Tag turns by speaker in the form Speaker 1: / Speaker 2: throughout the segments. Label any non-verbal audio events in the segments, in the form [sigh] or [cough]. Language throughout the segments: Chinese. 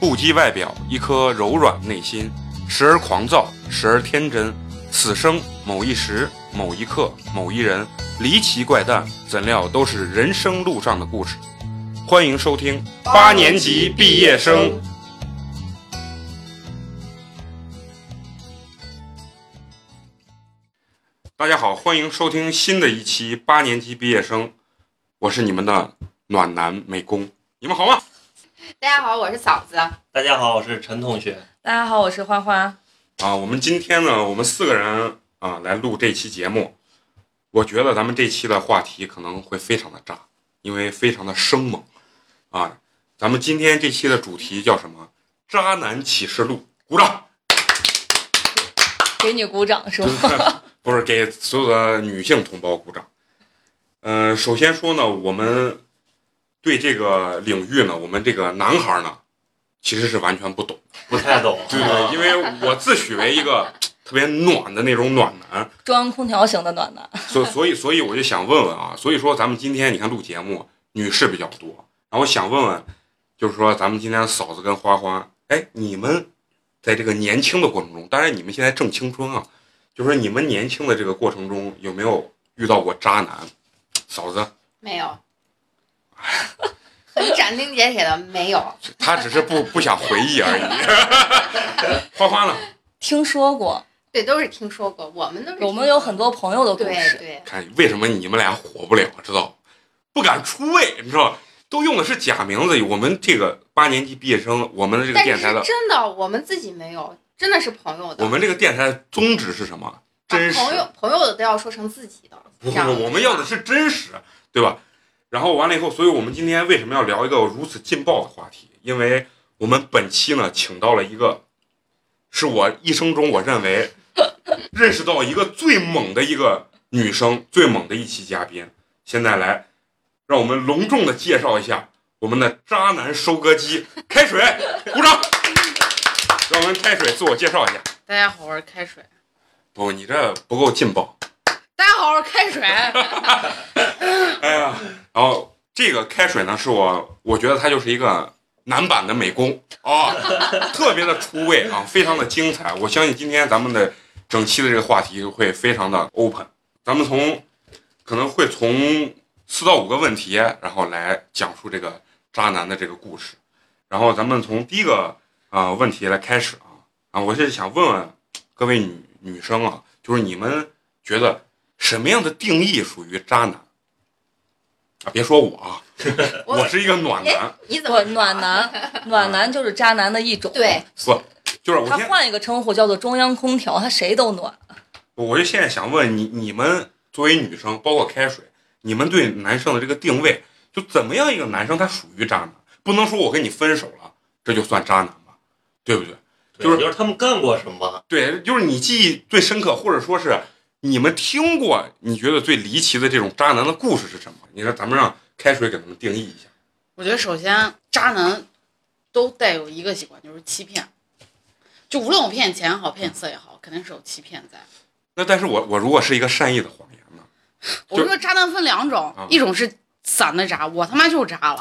Speaker 1: 不羁外表，一颗柔软内心，时而狂躁，时而天真。此生某一时、某一刻、某一人，离奇怪诞，怎料都是人生路上的故事。欢迎收听八年级毕业生。大家好，欢迎收听新的一期八年级毕业生，我是你们的暖男美工，你们好吗？
Speaker 2: 大家好，我是嫂子。
Speaker 3: 大家好，我是陈同学。
Speaker 4: 大家好，我是欢欢。
Speaker 1: 啊，我们今天呢，我们四个人啊来录这期节目，我觉得咱们这期的话题可能会非常的炸，因为非常的生猛啊。咱们今天这期的主题叫什么？渣男启示录，鼓掌！
Speaker 4: 给你鼓掌是吧？
Speaker 1: 不是给所有的女性同胞鼓掌。嗯、首先说呢，我们对这个领域呢，我们这个男孩呢，其实是完全不懂。
Speaker 3: 不太懂，
Speaker 1: [laughs]
Speaker 5: 哦
Speaker 1: 对对，因为我自诩为一个特别暖的那种暖男，
Speaker 4: 中央空调型的暖男，
Speaker 1: 所所以所以我就想问问啊，所以说咱们今天你看录节目女士比较多，然后想问问，就是说咱们今天嫂子跟花花，哎，你们在这个年轻的过程中，当然你们现在正青春啊，就是说你们年轻的这个过程中有没有遇到过渣男？嫂子，
Speaker 2: 没有，嗯 [laughs] 很斩钉截铁的没有。
Speaker 1: 她只是不不想回忆而已。 [laughs] 花花呢？
Speaker 4: 听说过，
Speaker 2: 对，都是听说过，我们都是
Speaker 4: 我们有很多朋友的故
Speaker 2: 对
Speaker 4: 事。
Speaker 2: 对，
Speaker 1: 看为什么你们俩火不了，知道吗不敢出位，你知道吗都用的是假名字。我们这个八年级毕业生，我们的这个
Speaker 2: 但
Speaker 1: 电
Speaker 2: 是
Speaker 1: 台的，
Speaker 2: 真的，我们自己没有，真的是朋友的。
Speaker 1: 我们这个电台的宗旨是什么？
Speaker 2: 把
Speaker 1: 真实。
Speaker 2: 朋友朋友的都要说成自己的，
Speaker 1: 不
Speaker 2: 这样
Speaker 1: 不不，我们要的是真实，对吧？然后完了以后，所以我们今天为什么要聊一个如此劲爆的话题？因为我们本期呢，请到了一个，是我一生中我认为认识到一个最猛的一个女生，最猛的一期嘉宾。现在来，让我们隆重的介绍一下我们的渣男收割机，开水，鼓掌。让我们开水自我介绍一下。
Speaker 6: 大家好，我是开水。
Speaker 1: 不，你这不够劲爆。
Speaker 6: 大家好，我是
Speaker 1: [laughs]
Speaker 6: 开水。
Speaker 1: 哎呀，然后这个开水呢，是我我觉得它就是一个男版的美工啊、 [laughs] 特别的出位啊，非常的精彩。我相信今天咱们的整期的这个话题会非常的 open，咱们从可能会从四到五个问题，然后来讲述这个渣男的这个故事。然后咱们从第一个啊、呃问题来开始啊啊，我是想问问各位女女生啊，就是你们觉得什么样的定义属于渣男？啊，别说我啊，
Speaker 2: 我
Speaker 1: 我是一个暖男，
Speaker 2: 你怎
Speaker 4: 不
Speaker 2: 么，
Speaker 4: 暖男，暖男就是渣男的一种。，
Speaker 2: 对
Speaker 1: 就是我
Speaker 4: 他
Speaker 1: 先，
Speaker 4: 换一个称呼叫做中央空调，他谁都暖。
Speaker 1: 我就现在想问你，你们作为女生，包括开水，你们对男生的这个定位，就怎么样一个男生他属于渣男？不能说我跟你分手了，这就算渣男吧，对不对？就是
Speaker 3: 对就是他们干过什么？
Speaker 1: 对，就是你记忆最深刻，或者说是你们听过，你觉得最离奇的这种渣男的故事是什么？你说咱们让开水给他们定义一下，
Speaker 6: 我觉得首先渣男都带有一个习惯，就是欺骗。就无论我骗钱也好，骗色也好，肯定是有欺骗在。
Speaker 1: 那但是我我如果是一个善意的谎言呢？
Speaker 6: 我说渣男分两种
Speaker 1: 啊，
Speaker 6: 一种是散的渣，我他妈就是渣了；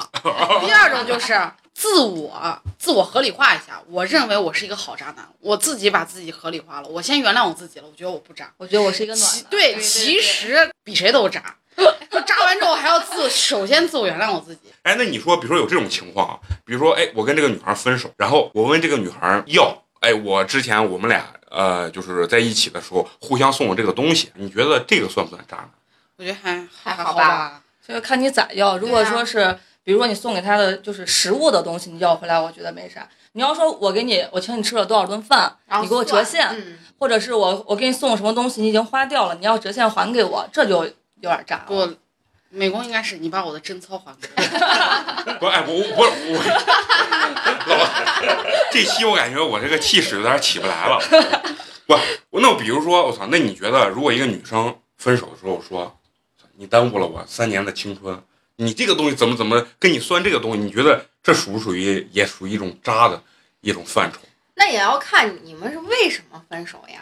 Speaker 6: 第二种就是自我自我合理化一下，我认为我是一个好渣男，我自己把自己合理化了，我先原谅我自己了，我觉得我不渣。
Speaker 4: 我觉得我是一个暖
Speaker 6: 其
Speaker 4: 男。
Speaker 6: 对，
Speaker 2: 对
Speaker 6: 其实比谁都渣。 [laughs] 就渣完之后还要自首先自我原谅我自己。
Speaker 1: 哎，那你说，比如说有这种情况啊，比如说，哎，我跟这个女孩分手，然后我问这个女孩要，哎，我之前我们俩呃就是在一起的时候互相送了这个东西，你觉得这个算不算渣男？
Speaker 6: 我觉得还
Speaker 2: 还好
Speaker 6: 好
Speaker 2: 吧
Speaker 6: 吧。
Speaker 4: 就是看你咋要。如果
Speaker 2: 对啊
Speaker 4: 说是，比如说你送给他的就是食物的东西，你要回来，我觉得没啥。你要说我给你，我请你吃了多少顿饭，
Speaker 2: 然后
Speaker 4: 你给我折现，
Speaker 2: 嗯，
Speaker 4: 或者是我我给你送什么东西，你已经花掉了，你要折现还给我，这就有点渣了。
Speaker 6: 不，美工应该是你把我的贞操还给我。
Speaker 1: [laughs] 不，哎，我我我我，老这期我感觉我这个气势有点起不来了。不，我那我比如说，我操，那你觉得如果一个女生分手的时候说，你耽误了我三年的青春，你这个东西怎么怎么跟你算这个东西，你觉得这属不属于也属于一种渣的一种范畴？
Speaker 2: 那也要看你们是为什么分手呀？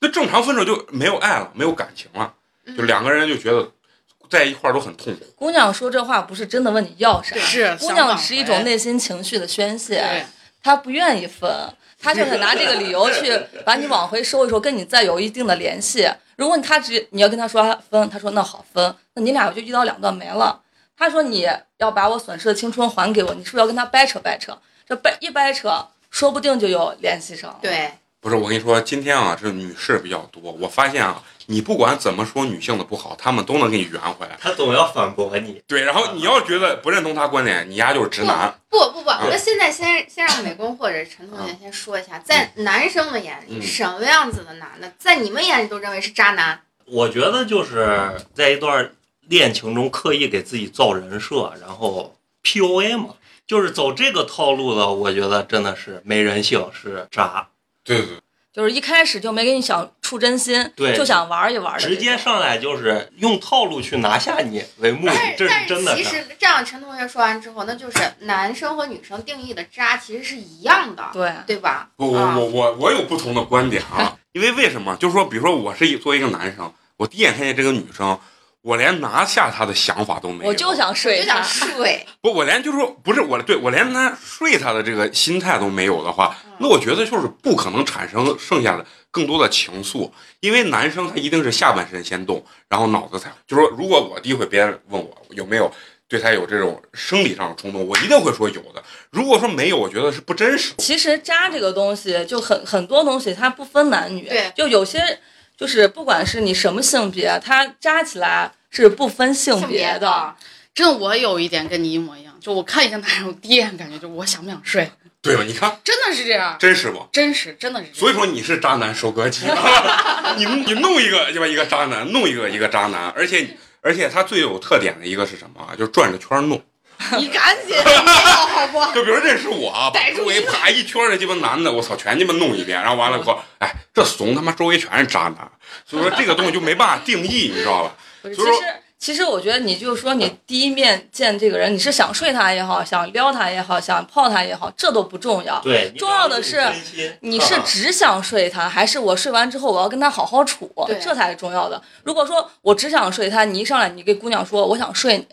Speaker 1: 那正常分手就没有爱了，没有感情了，就两个人就觉得在一块儿都很痛苦。
Speaker 4: 姑娘说这话不是真的问你要啥，
Speaker 6: 是
Speaker 4: 姑娘
Speaker 6: 想
Speaker 4: 是一种
Speaker 6: 挽回
Speaker 4: 内心情绪的宣泄
Speaker 6: 对，
Speaker 4: 他不愿意分，他就得拿这个理由去把你往回收一收，跟你再有一定的联系。如果他只你要跟他说分，他说那好分，那你俩就一刀两断没了。他说你要把我损失的青春还给我，你是不是要跟他掰扯掰扯？这掰一掰扯，说不定就有联系上了。
Speaker 2: 对，
Speaker 1: 不是，我跟你说，今天啊，这女士比较多。我发现啊，你不管怎么说女性的不好，她们都能给你圆回来。啊
Speaker 3: 他总要反驳你。
Speaker 1: 对，然后你要觉得不认同她观点，你丫就是直男。
Speaker 2: 不不不，
Speaker 1: 嗯
Speaker 2: 那现在先先让美工或者陈同学先说一下，在男生的眼里，
Speaker 1: 嗯
Speaker 2: 什么样子的男的，在你们眼里都认为是渣男？
Speaker 3: 我觉得就是在一段恋情中刻意给自己造人设，然后 PUA 嘛，就是走这个套路的，我觉得真的是没人性，是渣。
Speaker 1: 对对
Speaker 4: 就是一开始就没给你想处真心，
Speaker 3: 对
Speaker 4: 就想玩一玩的这种，
Speaker 3: 直接上来就是用套路去拿下你为
Speaker 1: 嗯
Speaker 3: 目的，
Speaker 2: 但
Speaker 3: 这是
Speaker 2: 是但
Speaker 3: 真的
Speaker 2: 其
Speaker 3: 渣。
Speaker 2: 实这样，陈同学说完之后，那就是男生和女生定义的渣其实是一样的，
Speaker 4: 对，
Speaker 2: 对吧？
Speaker 1: 我我
Speaker 2: 啊
Speaker 1: 我我我有不同的观点 [laughs] 啊，因为为什么？就是说，比如说，我是一作为一个男生，我第一眼看见这个女生，我连拿下她的想法都没有，
Speaker 4: 我就想
Speaker 2: 我
Speaker 4: 睡
Speaker 2: 就想
Speaker 4: 他。 [laughs]
Speaker 2: 睡，
Speaker 1: 不，我连就是说不是我对我连她睡她的这个心态都没有的话，
Speaker 2: 嗯
Speaker 1: 那我觉得就是不可能产生剩下的更多的情愫，因为男生他一定是下半身先动，然后脑子才。就是说，如果我诋毁别人问我有没有对他有这种生理上的冲动，我一定会说有的。如果说没有，我觉得是不真实。
Speaker 4: 其实渣这个东西就很很多东西，它不分男女，
Speaker 2: 对
Speaker 4: 就有些就是不管是你什么性别，它渣起来是不分性
Speaker 2: 性
Speaker 4: 别
Speaker 2: 别啊
Speaker 4: 的。 [laughs]
Speaker 2: 的，
Speaker 6: 真的，我有一点跟你一模一样，就我看一个男人，我第一眼感觉就我想不想睡，
Speaker 1: 对吧？你看，
Speaker 6: 真的是这样，
Speaker 1: 真实不？
Speaker 6: 真实，真的是这样。
Speaker 1: 所以说你是渣男收割机， [laughs] 你你弄一个对吧？一个渣男，弄一个一个渣男，而且而且他最有特点的一个是什么啊？就是转着圈儿弄。
Speaker 6: 你赶
Speaker 2: [laughs]
Speaker 6: 紧没有好不好？
Speaker 1: 就比如认识我啊，把
Speaker 6: 逮
Speaker 1: 周
Speaker 6: 住
Speaker 1: 围啪一圈儿的鸡巴男的，我操，全鸡巴弄一遍，然后完了给我，哎，这怂他妈周围全是渣男，所以说这个东西就没办法定义，你知道吧？
Speaker 4: 不是
Speaker 1: 所
Speaker 4: 其
Speaker 1: 以说
Speaker 4: 实其实我觉得你就说你第一面见这个人，你是想睡他也好，想撩他也好，想泡他也好，这都不重要。
Speaker 3: 对，
Speaker 4: 重要的
Speaker 3: 你
Speaker 4: 是
Speaker 3: 拿自己真心
Speaker 4: 你是只想睡他，还是我睡完之后我要跟他好好处
Speaker 2: 对，
Speaker 4: 这才是重要的。如果说我只想睡他，你一上来你给姑娘说我想睡你，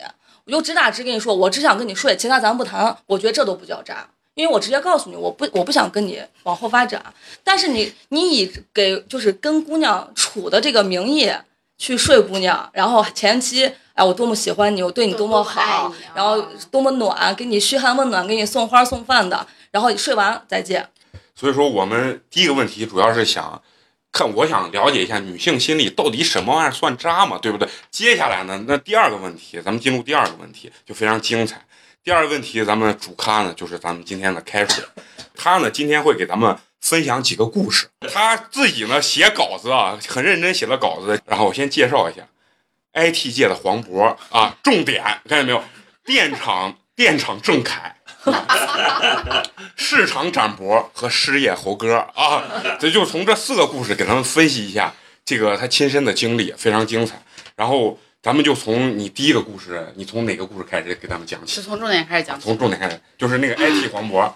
Speaker 4: 我就直打直跟你说我只想跟你睡，其他咱不谈，我觉得这都不叫渣，因为我直接告诉你我不我不想跟你往后发展。但是你你以给就是跟姑娘处的这个名义去睡姑娘，然后前期哎我多么喜欢你，我对你多么好，
Speaker 2: 多么爱你啊
Speaker 4: 然后多么暖，给你嘘寒问暖，给你送花送饭的，然后睡完再见。
Speaker 1: 所以说我们第一个问题主要是想看，我想了解一下女性心理到底什么玩意儿算渣嘛，对不对？接下来呢，那第二个问题，咱们进入第二个问题，就非常精彩。第二个问题，咱们主咖呢就是咱们今天的开水，他呢今天会给咱们分享几个故事，他自己呢写稿子啊，很认真写了稿子，然后我先介绍一下，IT 界的黄渤啊，重点看见没有？电厂电厂郑恺。 [laughs] 市场展博和失业猴哥啊，这就从这四个故事给他们分析一下这个他亲身的经历，非常精彩。然后咱们就从你第一个故事，你从哪个故事开始给咱们讲
Speaker 6: 是
Speaker 1: 起？
Speaker 6: 从重点开始讲起。
Speaker 1: 从重点开始，就是那个
Speaker 6: [clears throat]
Speaker 1: IT 黄渤，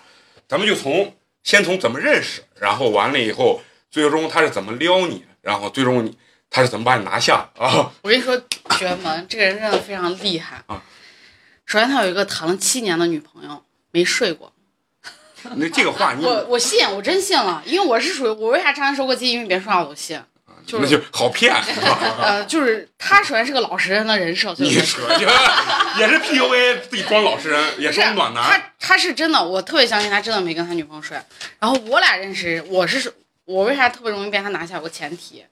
Speaker 1: 咱们就从先从怎么认识，然后完了以后，最终他是怎么撩你，然后最终你他是怎么把你拿下啊？ [laughs]
Speaker 6: 我跟你说，绝门这个人真的非常厉害
Speaker 1: 啊。
Speaker 6: 首先，他有一个谈了七年的女朋友，没睡过。
Speaker 1: 那这个话你
Speaker 6: 我我信，我真信了，因为我是属于我为啥常常收过机，因为别人说话我都信。就是
Speaker 1: 那就好骗，是
Speaker 6: [laughs]
Speaker 1: 吧
Speaker 6: 呃，就是他首先是个老实人的人设，
Speaker 1: 啊你
Speaker 6: 对不对
Speaker 1: 扯
Speaker 6: [laughs]
Speaker 1: 也是 PUA 自己装老实人，也
Speaker 6: 不是啊
Speaker 1: 装暖男。
Speaker 6: 他他是真的，我特别相信他真的没跟他女朋友睡。然后我俩认识，我是我为啥特别容易被他拿下？有个前提，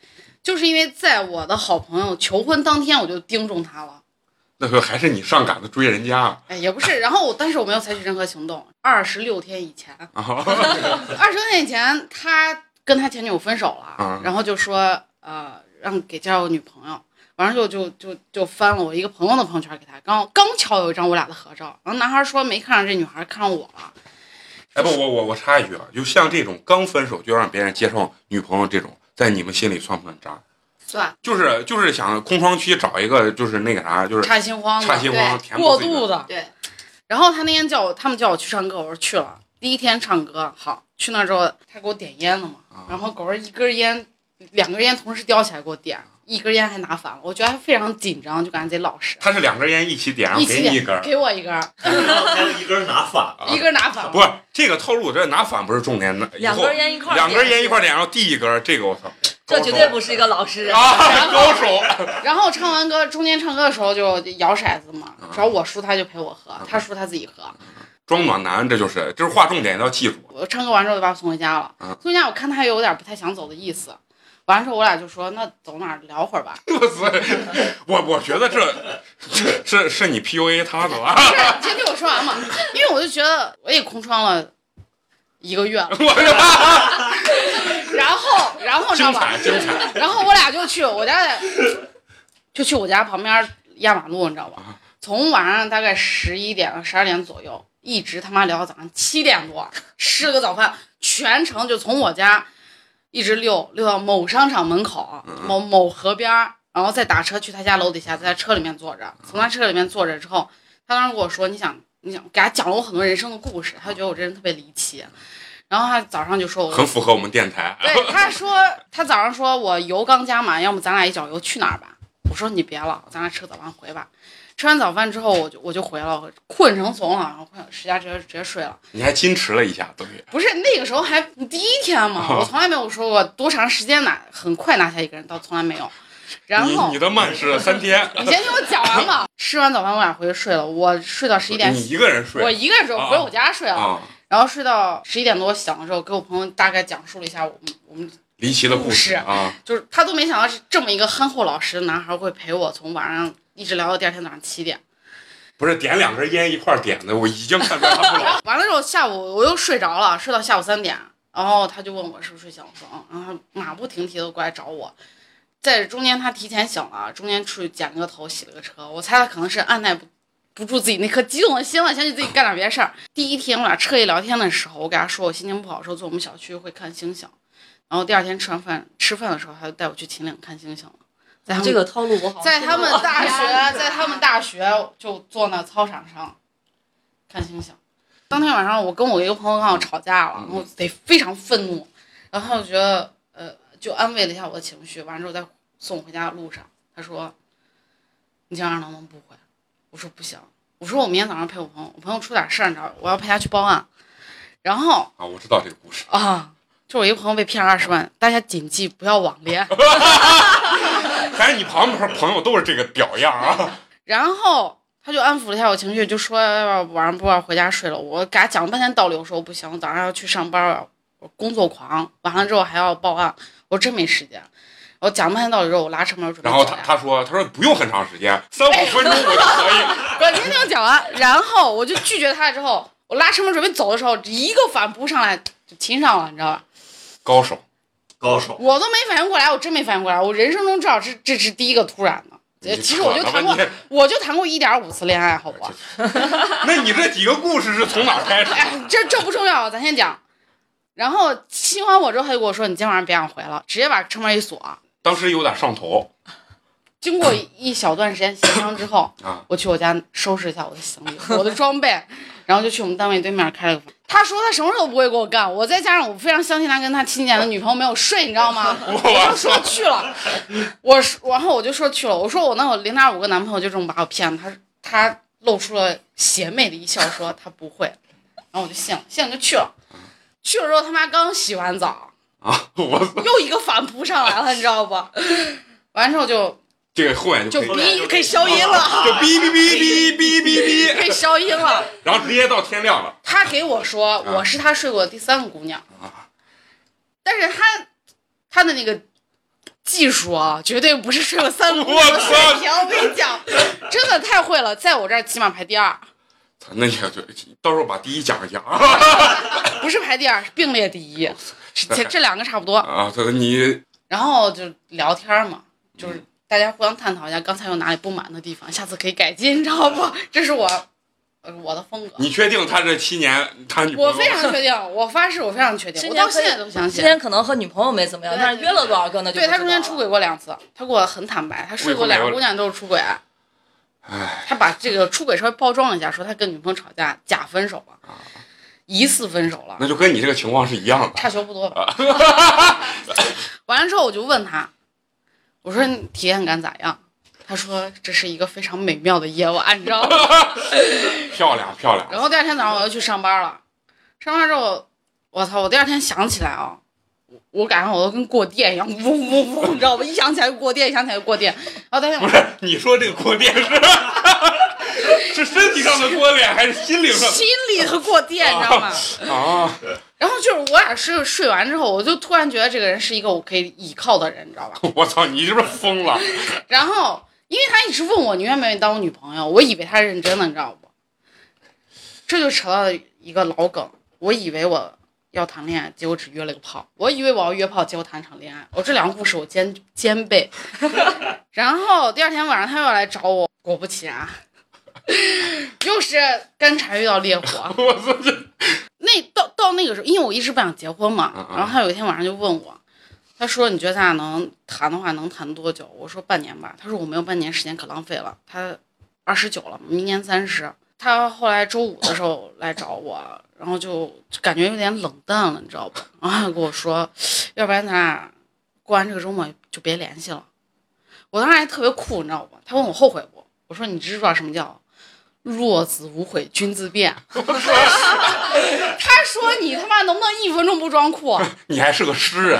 Speaker 6: 就是因为在我的好朋友求婚当天我就盯中他了。
Speaker 1: 那个还是你上赶子追人家啊？
Speaker 6: 哎，也不是，然后我，但是我没有采取任何行动。二十六天以前，
Speaker 1: 啊
Speaker 6: 二十六天以前，他跟他前女友分手了，
Speaker 1: 嗯
Speaker 6: 然后就说呃让给介绍个女朋友，完了之后就就就翻了我一个朋友的朋友圈给他，刚刚巧有一张我俩的合照，然后男孩说没看上这女孩，看上我了，
Speaker 1: [laughs] 哎，不，我我我插一句啊，就像这种刚分手就让别人介绍女朋友这种，在你们心里算不算渣？
Speaker 2: 算
Speaker 1: 就是就是想空窗期找一个就是那个啥，就是
Speaker 6: 差心慌
Speaker 1: 差
Speaker 6: 了，
Speaker 1: 心慌填补
Speaker 6: 过
Speaker 1: 自己的
Speaker 6: 度的。
Speaker 2: 对，
Speaker 6: 然后他那天叫我，他们叫我去唱歌，我说去了。第一天唱歌好，去那之后他给我点烟了嘛，
Speaker 1: 啊
Speaker 6: 然后狗儿一根烟，两根烟同时叼起来给我点，一根烟还拿反了，我觉得还非常紧张，就感觉贼老实。
Speaker 1: 他是两根烟一起点，然后啊
Speaker 6: 一
Speaker 1: 给
Speaker 6: 起
Speaker 1: 你一根儿。
Speaker 6: 给我一根儿，
Speaker 5: 啊还有一根儿拿反
Speaker 1: 啊
Speaker 6: 一根儿拿反了。
Speaker 1: 不是这个套路，这拿反不是重点。那以
Speaker 4: 两
Speaker 1: 后
Speaker 4: 根烟一块儿，
Speaker 1: 两根烟一块，点，然后递一根儿，这个我操，
Speaker 4: 这绝对不是一个老实人。
Speaker 1: 啊， [laughs] 高手。
Speaker 6: 然后唱完歌，中间唱歌的时候就摇骰子嘛
Speaker 1: 嗯，
Speaker 6: 只要我输他就陪我喝
Speaker 1: 嗯，
Speaker 6: 他输他自己喝。
Speaker 1: 装暖男，这就是，就是划重点要记住。
Speaker 6: 我唱歌完之后就把我送回家了
Speaker 1: 嗯。
Speaker 6: 送回家我看他有点不太想走的意思，完之后我俩就说那走哪儿聊会儿吧。
Speaker 1: [laughs] 我操，我我觉得这这是是你 PUA 他的啊吧？
Speaker 6: [laughs] 不是，你先听我说完嘛，因为我就觉得我也空窗了一个月了，
Speaker 1: 我的
Speaker 6: 然后然后
Speaker 1: 妈，
Speaker 6: 你知道
Speaker 1: 精
Speaker 6: 吧，
Speaker 1: 彩精彩！
Speaker 6: 然后我俩就去我家在，就去我家旁边压马路，你知道吧？从晚上大概十一点、十二点左右，一直他妈聊到早上七点多，吃了个早饭，全程就从我家一直溜溜到某商场门口、某某河边儿，然后再打车去他家楼底下，在他车里面坐着。从他车里面坐着之后，他当时跟我说：“你想，你想，给他讲了我很多人生的故事，他觉得我这人特别离奇。”然后他早上就说我
Speaker 1: 很符合我们电 [laughs] 台。
Speaker 6: 对，他说他早上说我油刚加满，要么咱俩一脚油去哪儿吧？我说你别了，咱俩吃个早饭回吧。吃完早饭之后，我就我就回了，困成怂了，然后回回家直接直接睡了。
Speaker 1: 你还矜持了一下，等于
Speaker 6: 不是那个时候还第一
Speaker 1: [laughs]
Speaker 6: 天嘛，我从来没有说过多长时间拿很快拿下一个人，倒从来没有。然
Speaker 1: 你
Speaker 6: 后
Speaker 1: 你的慢是三天，
Speaker 6: 你先听我讲
Speaker 1: [laughs]
Speaker 6: 完嘛。吃完早饭我俩回去睡了，我睡到十一点，
Speaker 1: 你一个人
Speaker 6: 我
Speaker 1: 睡
Speaker 6: 一个人睡
Speaker 1: 啊
Speaker 6: 回我家睡了，
Speaker 1: 啊，
Speaker 6: 然后睡到十一点多醒的时候，给我朋友大概讲述了一下我们我们
Speaker 1: 离奇的故
Speaker 6: 故
Speaker 1: 事
Speaker 6: 事
Speaker 1: 啊，
Speaker 6: 就是他都没想到是这么一个憨厚老实的男孩会陪我从晚上一直聊到第二天早上七点。
Speaker 1: 不是点两根烟一块儿点的，我已经看出来他不老。
Speaker 6: 完了之后下午我又睡着了，睡到下午三点，然后他就问我是不是睡醒，我说嗯，然后马不停蹄的过来找我。在中间他提前醒了，中间出去剪了个头，洗了个车，我猜他可能是按耐不。不住自己那颗激动的心了，想起自己干点别的事儿。第一天我俩彻夜聊天的时候，我给他说我心情不好，说坐我们小区会看星星。然后第二天吃完饭吃饭的时候，他就带我去秦岭看星星了。在他们
Speaker 4: 哎这个套路我好像
Speaker 6: 在他们大
Speaker 2: 压力
Speaker 6: 学，在他们大学就坐那操场上看星星。当天晚上，我跟我一个朋友刚好吵架了，
Speaker 1: 嗯
Speaker 6: 然后得非常愤怒，然后觉得呃，就安慰了一下我的情绪。完之后，在送我回家的路上，他说：“你今晚上能不能不回？”我说：“不行。”我说：“我明天早上陪我朋友，我朋友出点事儿，你知道，我要陪他去报案。”然后
Speaker 1: [laughs] 啊，我知道这个故事。
Speaker 6: 啊，就我一个朋友被骗了二十万，大家谨记不要网恋。
Speaker 1: 反正你旁边朋友都是这个表样啊， [laughs]
Speaker 6: 然后他就安抚了一下我情绪，就说要不晚上不要回家睡了。我给他讲了半天道理，我说我不行，我早上要去上班，我工作狂，完了之后还要报案，我真没时间。我讲了半天道理之后，我拉车门准备
Speaker 1: 然后
Speaker 6: 走
Speaker 1: 他
Speaker 6: 呀
Speaker 1: 他说他说不用很长时间，三五分钟我就可以。
Speaker 6: 我先听我讲完，然后我就拒绝他了。之后我拉车门准备走的时候，一个反扑上来就亲上了，你知道吧？
Speaker 1: 高手，
Speaker 5: 高手，
Speaker 6: 我都没反应过来，我真没反应过来，我人生中至少是这是第一个突然的。
Speaker 1: 你
Speaker 6: 其实我就
Speaker 1: 扯了
Speaker 6: 谈
Speaker 1: 吧
Speaker 6: 过，我就谈过一点五次恋爱，好不好？啊
Speaker 1: 你 [laughs] 那你这几个故事是从哪儿开始？
Speaker 6: 哎， [laughs] 这这不重要，咱先讲。然后亲完我之后，他就跟我说：“你今天晚上别想回了，直接把车门一锁。
Speaker 1: 当时有点上头”
Speaker 6: 经过一一小段时间协商之后，
Speaker 1: 啊，
Speaker 6: 我去我家收拾一下我的行李、我的装备，然后就去我们单位对面开了个房。他说他什么时候不会给我干，我再加上我非常相信他跟他七年的女朋友没有睡，你知道吗？我就说去了，我说然后我就说去了，我说我那我零点五个男朋友就这么把我骗了，他他露出了邪魅的一笑，说他不会，然后我就信了，信了就去了，去了之后他妈刚洗完澡，
Speaker 1: 啊！我
Speaker 6: 又一个反扑上来了，你知道不？完之后就
Speaker 1: 这个后面
Speaker 6: 就
Speaker 1: 就可以
Speaker 6: 逼可以消音了，
Speaker 1: 就哔 [laughs] 哔哔哔哔哔哔，
Speaker 6: 可以消音了。
Speaker 1: 然后直接到天亮了。
Speaker 6: 他给我说
Speaker 1: 啊
Speaker 6: 我是他睡过的第三个姑娘，
Speaker 1: 啊
Speaker 6: 但是他他的那个技术啊，绝对不是睡过
Speaker 1: [laughs]
Speaker 6: 三个姑
Speaker 1: 我
Speaker 6: 娘的水
Speaker 1: 操
Speaker 6: 平。我跟你讲，真的太会了，在我这儿起码排第二，
Speaker 1: 操那也就到时候把第一讲一 [laughs] 讲啊！
Speaker 6: 不是排第二，是并列第一，是这这两个差不多。
Speaker 1: 啊，他说你
Speaker 6: 然后就聊天嘛，就是
Speaker 1: 嗯
Speaker 6: 大家互相探讨一下刚才有哪里不满的地方，下次可以改进，你知道不？ [laughs] 这是我呃我的风格。
Speaker 1: 你确定他这七年他女朋友
Speaker 6: 我非常确定，我发誓，我非常确定，
Speaker 4: 今
Speaker 6: 我
Speaker 4: 年
Speaker 6: 到
Speaker 4: 可以
Speaker 6: 现在都相
Speaker 4: 今
Speaker 6: 信。
Speaker 4: 天可能和女朋友没怎么样，
Speaker 6: 对
Speaker 4: 但是约了多少个呢？就
Speaker 6: 对
Speaker 4: 不
Speaker 6: 他
Speaker 4: 知
Speaker 6: 中
Speaker 4: 道
Speaker 6: 间
Speaker 4: 了
Speaker 6: 出轨过两次，他给我很坦白，他睡过两个姑娘都是出轨。
Speaker 1: 唉，
Speaker 6: 他把这个出轨稍微包装了一下，说他跟女朋友吵架，假分手了，
Speaker 4: 啊
Speaker 6: 疑似分手了，
Speaker 1: 那就跟你这个情况是一样的。
Speaker 4: 啊
Speaker 6: [laughs] 差球不多吧。完了之后我就问他，我说你体验感咋样？他说这是一个非常美妙的夜晚，你知道吗？
Speaker 4: [laughs]
Speaker 1: 漂亮漂亮，
Speaker 6: 然后第二天早上我又去上班了，上班之后，我操！我第二天想起来啊，我我赶上我都跟过电一样，嗡嗡嗡，你知道吗？一想起来就过电，一想起来就过电。然后当天
Speaker 1: 不
Speaker 6: 我
Speaker 1: 是你说这个锅脸是 [laughs] 是身体上的锅脸还是心灵上
Speaker 6: 心里头过电，你知道吗？
Speaker 1: 的 [laughs] 啊？
Speaker 6: 然后就是我俩睡睡完之后，我就突然觉得这个人是一个我可以倚靠的人，你知道吧？
Speaker 1: [laughs] 我操，你是不是疯了？
Speaker 6: 然后因为他一直问我你愿不愿意当我女朋友，我以为他是认真的，你知道不？这就扯到了一个老梗，我以为我要谈恋爱，结果只约了个炮；我以为我要约炮，结果谈场恋爱。我这两个故事我兼兼备。然后第二天晚上他又来找我，果不其然， [laughs] 又是干柴遇到烈火。
Speaker 1: [laughs] 我操这
Speaker 6: 那到到那个时候，因为我一直不想结婚嘛，
Speaker 1: 嗯嗯
Speaker 6: 然后他有一天晚上就问我，他说你觉得咱俩能谈的话能谈多久？我说半年吧。他说我没有半年时间可浪费了，他二十九了，明年三十。他后来周五的时候来找我，然后就就感觉有点冷淡了，你知道吧？然后他跟我说，要不然咱俩过完这个周末就别联系了。我当时还特别酷，你知道吧？他问我后悔不？我说你知道什么叫弱子无悔，君子变。
Speaker 1: [laughs]
Speaker 6: 他说你他妈能不能一分钟不装酷？啊
Speaker 1: [laughs] 你还是个诗人，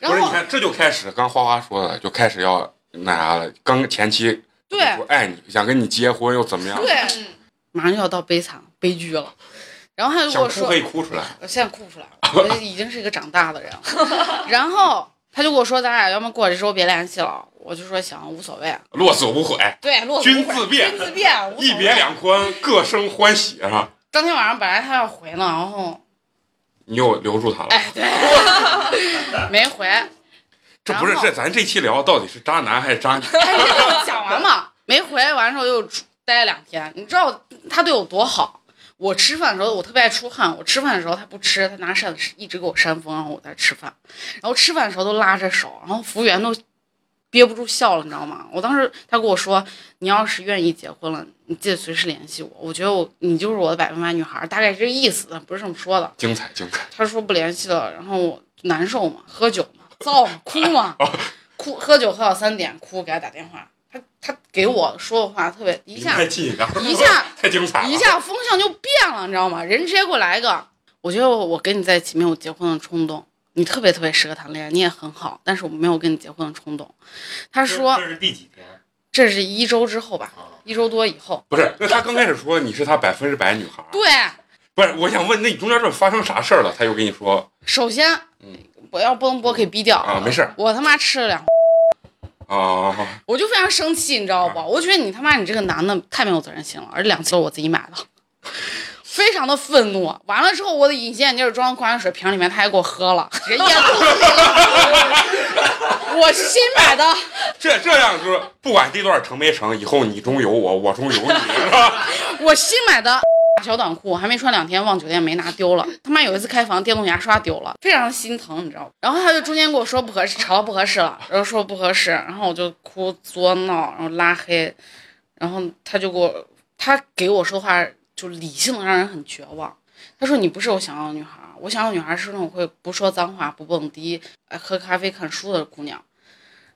Speaker 6: 然
Speaker 1: 不是？你
Speaker 6: 后
Speaker 1: 看这就开始，刚花花说的，就开始要那啥了。刚前期
Speaker 6: 对
Speaker 1: 就说爱你，想跟你结婚又怎么样？
Speaker 6: 对，
Speaker 2: 嗯
Speaker 6: 马上就要到悲惨悲剧了。然后他就跟
Speaker 1: 想
Speaker 6: 我
Speaker 1: 哭
Speaker 6: 说
Speaker 1: 可，以哭出来。
Speaker 6: 我现在哭不出来了，我已经是一个长大的人了。
Speaker 1: [laughs]
Speaker 6: 然后他就跟我说，咱俩要么过这周别联系了。我就说行，无所谓。啊
Speaker 1: 落子无悔，
Speaker 6: 对，落
Speaker 1: 君自 [laughs] 便
Speaker 6: 君自便，无所
Speaker 1: 一
Speaker 6: 谓
Speaker 1: 别。两宽，各生欢喜啊！
Speaker 6: 当天晚上本来他要回呢，然后
Speaker 1: 你又留住他了。
Speaker 6: 哎对，没回。
Speaker 1: 这不是
Speaker 6: 然后
Speaker 1: 这咱这期聊到底是渣男还是渣女？
Speaker 6: 哎，你听我 [laughs] 讲完嘛，没回完之后又出待了两天，你知道他对我多好？我吃饭的时候，我特别爱出汗。我吃饭的时候，他不吃，他拿扇子一直给我扇风，然啊后我在吃饭。然后啊吃饭的时候都拉着手，然后服务员都憋不住笑了，你知道吗？我当时他跟我说：“你要是愿意结婚了，你记得随时联系我。我觉得我你就是我的百分百女孩儿，大概是这个意思，不是这么说的。
Speaker 1: 精彩精彩！”
Speaker 6: 他说不联系了，然后我难受嘛，喝酒嘛，燥嘛，哭
Speaker 1: [laughs]
Speaker 6: 嘛，
Speaker 1: 哦
Speaker 6: 哭喝酒喝到三点，哭给他打电话，他他给我说的话特别一
Speaker 1: 你啊
Speaker 6: 下
Speaker 1: 太近一点，
Speaker 6: 一下
Speaker 1: [laughs] 太精彩了！
Speaker 6: 一下风向就变了，你知道吗？人直接给我来一个，我觉得我跟你在一起没有结婚的冲动，你特别特别适合谈恋爱，你也很好，但是我没有跟你结婚的冲动。他说
Speaker 5: 这是第几天？
Speaker 6: 这是一周之后吧，
Speaker 3: 啊
Speaker 6: 一周多以后，
Speaker 1: 不是，那他刚开始说你是他百分之百女孩，
Speaker 6: 对，
Speaker 1: 不是？我想问，那你中间这发生啥事儿了？他又跟你说
Speaker 6: 首先
Speaker 1: 嗯。
Speaker 6: 我要不能播可以逼掉
Speaker 1: 啊没事儿
Speaker 6: 我他妈吃了两
Speaker 1: 啊，
Speaker 6: 我就非常生气，你知道不？我觉得你他妈你这个男的太没有责任心了，而且两次都是我自己买的，非常的愤怒。完了之后，我的隐形眼镜装矿泉水瓶里面，他还给我喝了，直接咽肚子里。 [laughs] 我是新买的，
Speaker 1: 这这样就是不管这段成没成，以后你中有我，我中有你，是吧？
Speaker 6: 我新买的小短裤，还没穿两天，忘酒店没拿丢了。他妈有一次开房，电动牙刷丢了，非常心疼，你知道吗？然后他就中间跟我说不合适，吵到不合适了，然后说不合适，然后我就哭作闹，然后拉黑，然后他就给我，他给我说话就理性的让人很绝望。他说你不是我想要的女孩儿，我想要的女孩儿是那种会不说脏话、不蹦迪、爱喝咖啡、看书的姑娘。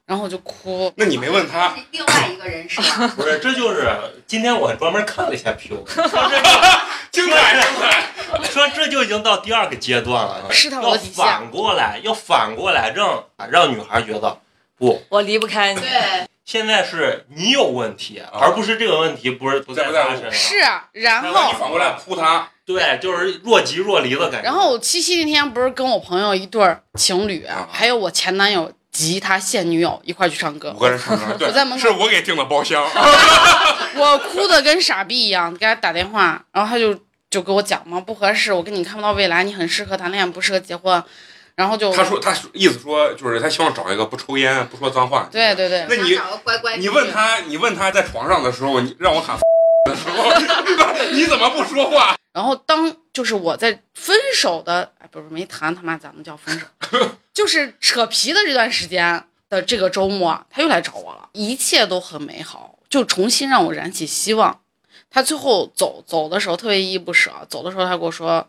Speaker 6: 然后我就哭，
Speaker 1: 那你没问他，
Speaker 2: 是另外一
Speaker 4: [laughs]
Speaker 2: 个人是吧？
Speaker 5: 不是，这就是今天我还专门看了一下 PU，
Speaker 1: [laughs] 精彩精彩！嗯
Speaker 5: 说这就已经到第二个阶段了，
Speaker 6: 试探我
Speaker 5: 要
Speaker 6: 的底线。
Speaker 5: 反过来，要反过来让让女孩觉得
Speaker 4: 我离不开你。
Speaker 2: 对，
Speaker 5: 现在是你有问题，而不是这个问题不是不
Speaker 1: 啊在
Speaker 5: 在
Speaker 1: 不在
Speaker 5: 她
Speaker 1: 乎
Speaker 5: 身上。
Speaker 6: 是，啊然
Speaker 5: 那
Speaker 6: 后
Speaker 1: 你反过来扑他，
Speaker 5: 对，就是若即若离的感觉。
Speaker 6: 然后我七夕那天不是跟我朋友一对儿情侣，
Speaker 1: 啊
Speaker 6: 还有我前男友及他现女友一块儿去唱歌
Speaker 1: 五，个人上车，对，
Speaker 6: 我在门口哦
Speaker 1: 是我给订的包厢，
Speaker 6: 我哭的跟傻逼一样，给他打电话，然后他就就给我讲嘛，不合适，我跟你看不到未来，你很适合谈恋爱，不适合结婚，然后就
Speaker 1: 他说他意思说就是他希望找一个不抽烟不说脏话。
Speaker 6: 对对对，
Speaker 1: [laughs] 那你
Speaker 2: 想找个乖乖女
Speaker 1: 你问，他，你问他在床上的时候，你让我喊 [laughs] 的时候，你怎么不说话？
Speaker 6: 然后当就是我在分手的，哎，不是没谈，他妈咱们叫分手，就是扯皮的这段时间的这个周末，他又来找我了，一切都很美好，就重新让我燃起希望。他最后走走的时候特别依依不舍，走的时候他跟我说：“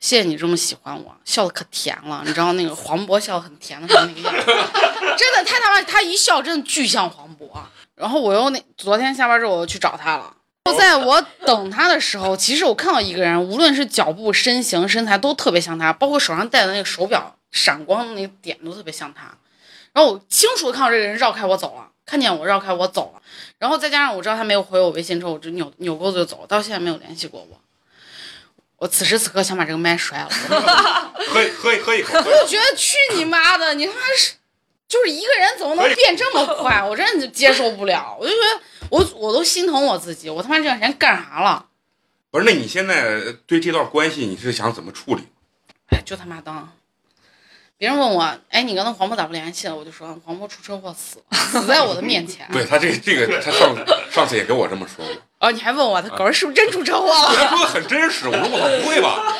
Speaker 6: 谢谢你这么喜欢我，笑的可甜了，你知道那个黄渤笑得很甜的时候那个样子， [laughs] 真的，他他妈他一笑真的巨像黄渤。啊然后我又那昨天下班之后我又去找他了。就在我等他的时候，其实我看到一个人，无论是脚步、身形、身材都特别像他，包括手上戴的那个手表闪光的那个点都特别像他。然后我清楚的看到这个人绕开我走了，看见我绕开我走了，然后再加上我知道他没有回我微信之后，我就扭扭钩子就走了，到现在没有联系过我。我此时此刻想把这个麦摔了， [laughs]
Speaker 1: 喝一喝一喝一口，喝一口
Speaker 6: 我觉得去你妈的！你他妈是，就是一个人怎么能变这么快？我真的接受不了，我就觉得我我都心疼我自己，我他妈这段时间干啥了？
Speaker 1: 不是，那你现在对这段关系你是想怎么处理？
Speaker 6: 哎， [laughs] 就他妈当。别人问我，哎，你跟那黄渤咋不联系了？我就说黄渤出车祸死了，死在我的面前。
Speaker 1: 对他这个这个，他上上次也跟我这么说过， [laughs]
Speaker 6: 哦，你还问我他狗儿是不是真出车祸了？
Speaker 1: 他说的很真实。我说我操，不会吧？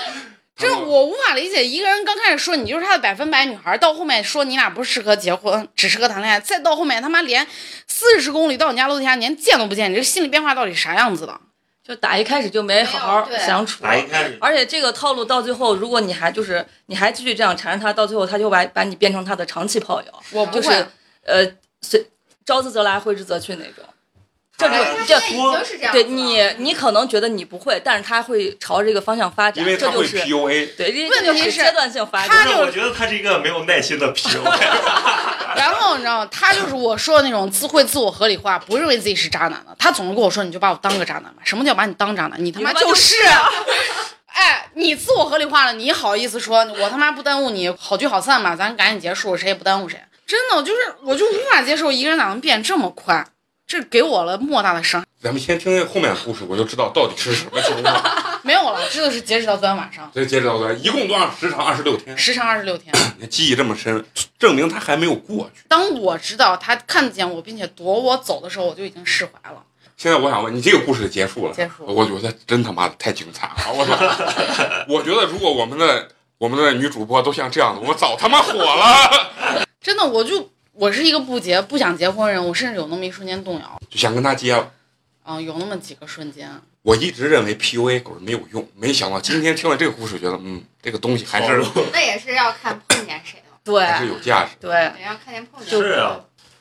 Speaker 6: 这我无法理解，一个人刚开始说你就是他的百分百女孩，到后面说你俩不适合结婚，只适合谈恋爱，再到后面他妈连四十公里到你家楼底下连见都不见，你这个心理变化到底啥样子的？
Speaker 4: 就打一开始就没好好
Speaker 2: 没有对
Speaker 4: 相处，
Speaker 5: 打一开始
Speaker 4: 而且这个套路到最后，如果你还就是你还继续这样缠着他，到最后他就把把你变成他的长期炮友，
Speaker 6: 我不
Speaker 4: 就
Speaker 6: 会，
Speaker 4: 是呃，随招之则来，挥之则去那种。这
Speaker 5: 哎
Speaker 2: 他
Speaker 4: 就
Speaker 2: 现
Speaker 4: 这
Speaker 2: 在已经是这样子
Speaker 4: 对
Speaker 2: 啊了，
Speaker 4: 你，你可能觉得你不会，但是他会朝这个方向发展，
Speaker 1: 因为
Speaker 4: 这
Speaker 1: 他
Speaker 4: 就
Speaker 1: 会
Speaker 4: 是
Speaker 1: PUA，
Speaker 4: 对，这
Speaker 6: 问
Speaker 4: 这就
Speaker 6: 题
Speaker 4: 是
Speaker 6: 是
Speaker 4: 阶段性发展。
Speaker 6: 他
Speaker 5: 不是，
Speaker 6: 就
Speaker 5: 我觉得他是一个没有耐心的 PUA，
Speaker 6: 然后你知道，他就是我说的那种自会自我合理化，不认为自己是渣男的。他总是跟我说：“你就把我当个渣男吧。”什么叫把你当渣男？你他妈
Speaker 4: 你他妈
Speaker 6: 就。
Speaker 4: 就是啊
Speaker 6: [laughs] 哎，你自我合理化了，你好意思说我他妈不耽误你，好聚好散吧，咱赶紧结束，谁也不耽误谁。真的，我就是我就无法接受一个人咋能变这么快，这给我了莫大的伤害。
Speaker 1: 咱们先听听后面的故事，我就知道到底是什么情况。 [laughs]
Speaker 6: 没有了，这就是截止到昨天晚上，
Speaker 1: 所以截止到昨天，一共多长时长？二十六天。
Speaker 6: 时长二十六天。
Speaker 1: 你记忆这么深，证明他还没有过去。
Speaker 6: 当我知道他看见我并且夺我走的时候，我就已经释怀了。
Speaker 1: 现在我想问你，这个故事结束了？
Speaker 6: 结束了
Speaker 1: 我觉得真他妈的太精彩了！我操！ [laughs] 我觉得如果我们的我们的女主播都像这样的，我早他妈火了。 [laughs]
Speaker 6: 真的，我就我是一个不结不想结婚的人，我甚至有那么一瞬间动摇，
Speaker 1: 就想跟他接了。
Speaker 6: 啊、有那么几个瞬间，
Speaker 1: 我一直认为 PUA 狗是没有用，没想到今天听了这个故事，觉得嗯，这个东西还是
Speaker 2: 那也是要看碰见谁了，
Speaker 4: 对
Speaker 1: 还是有价值。
Speaker 4: 对，
Speaker 2: 要看见碰见
Speaker 5: 是
Speaker 2: 谁。
Speaker 5: 啊，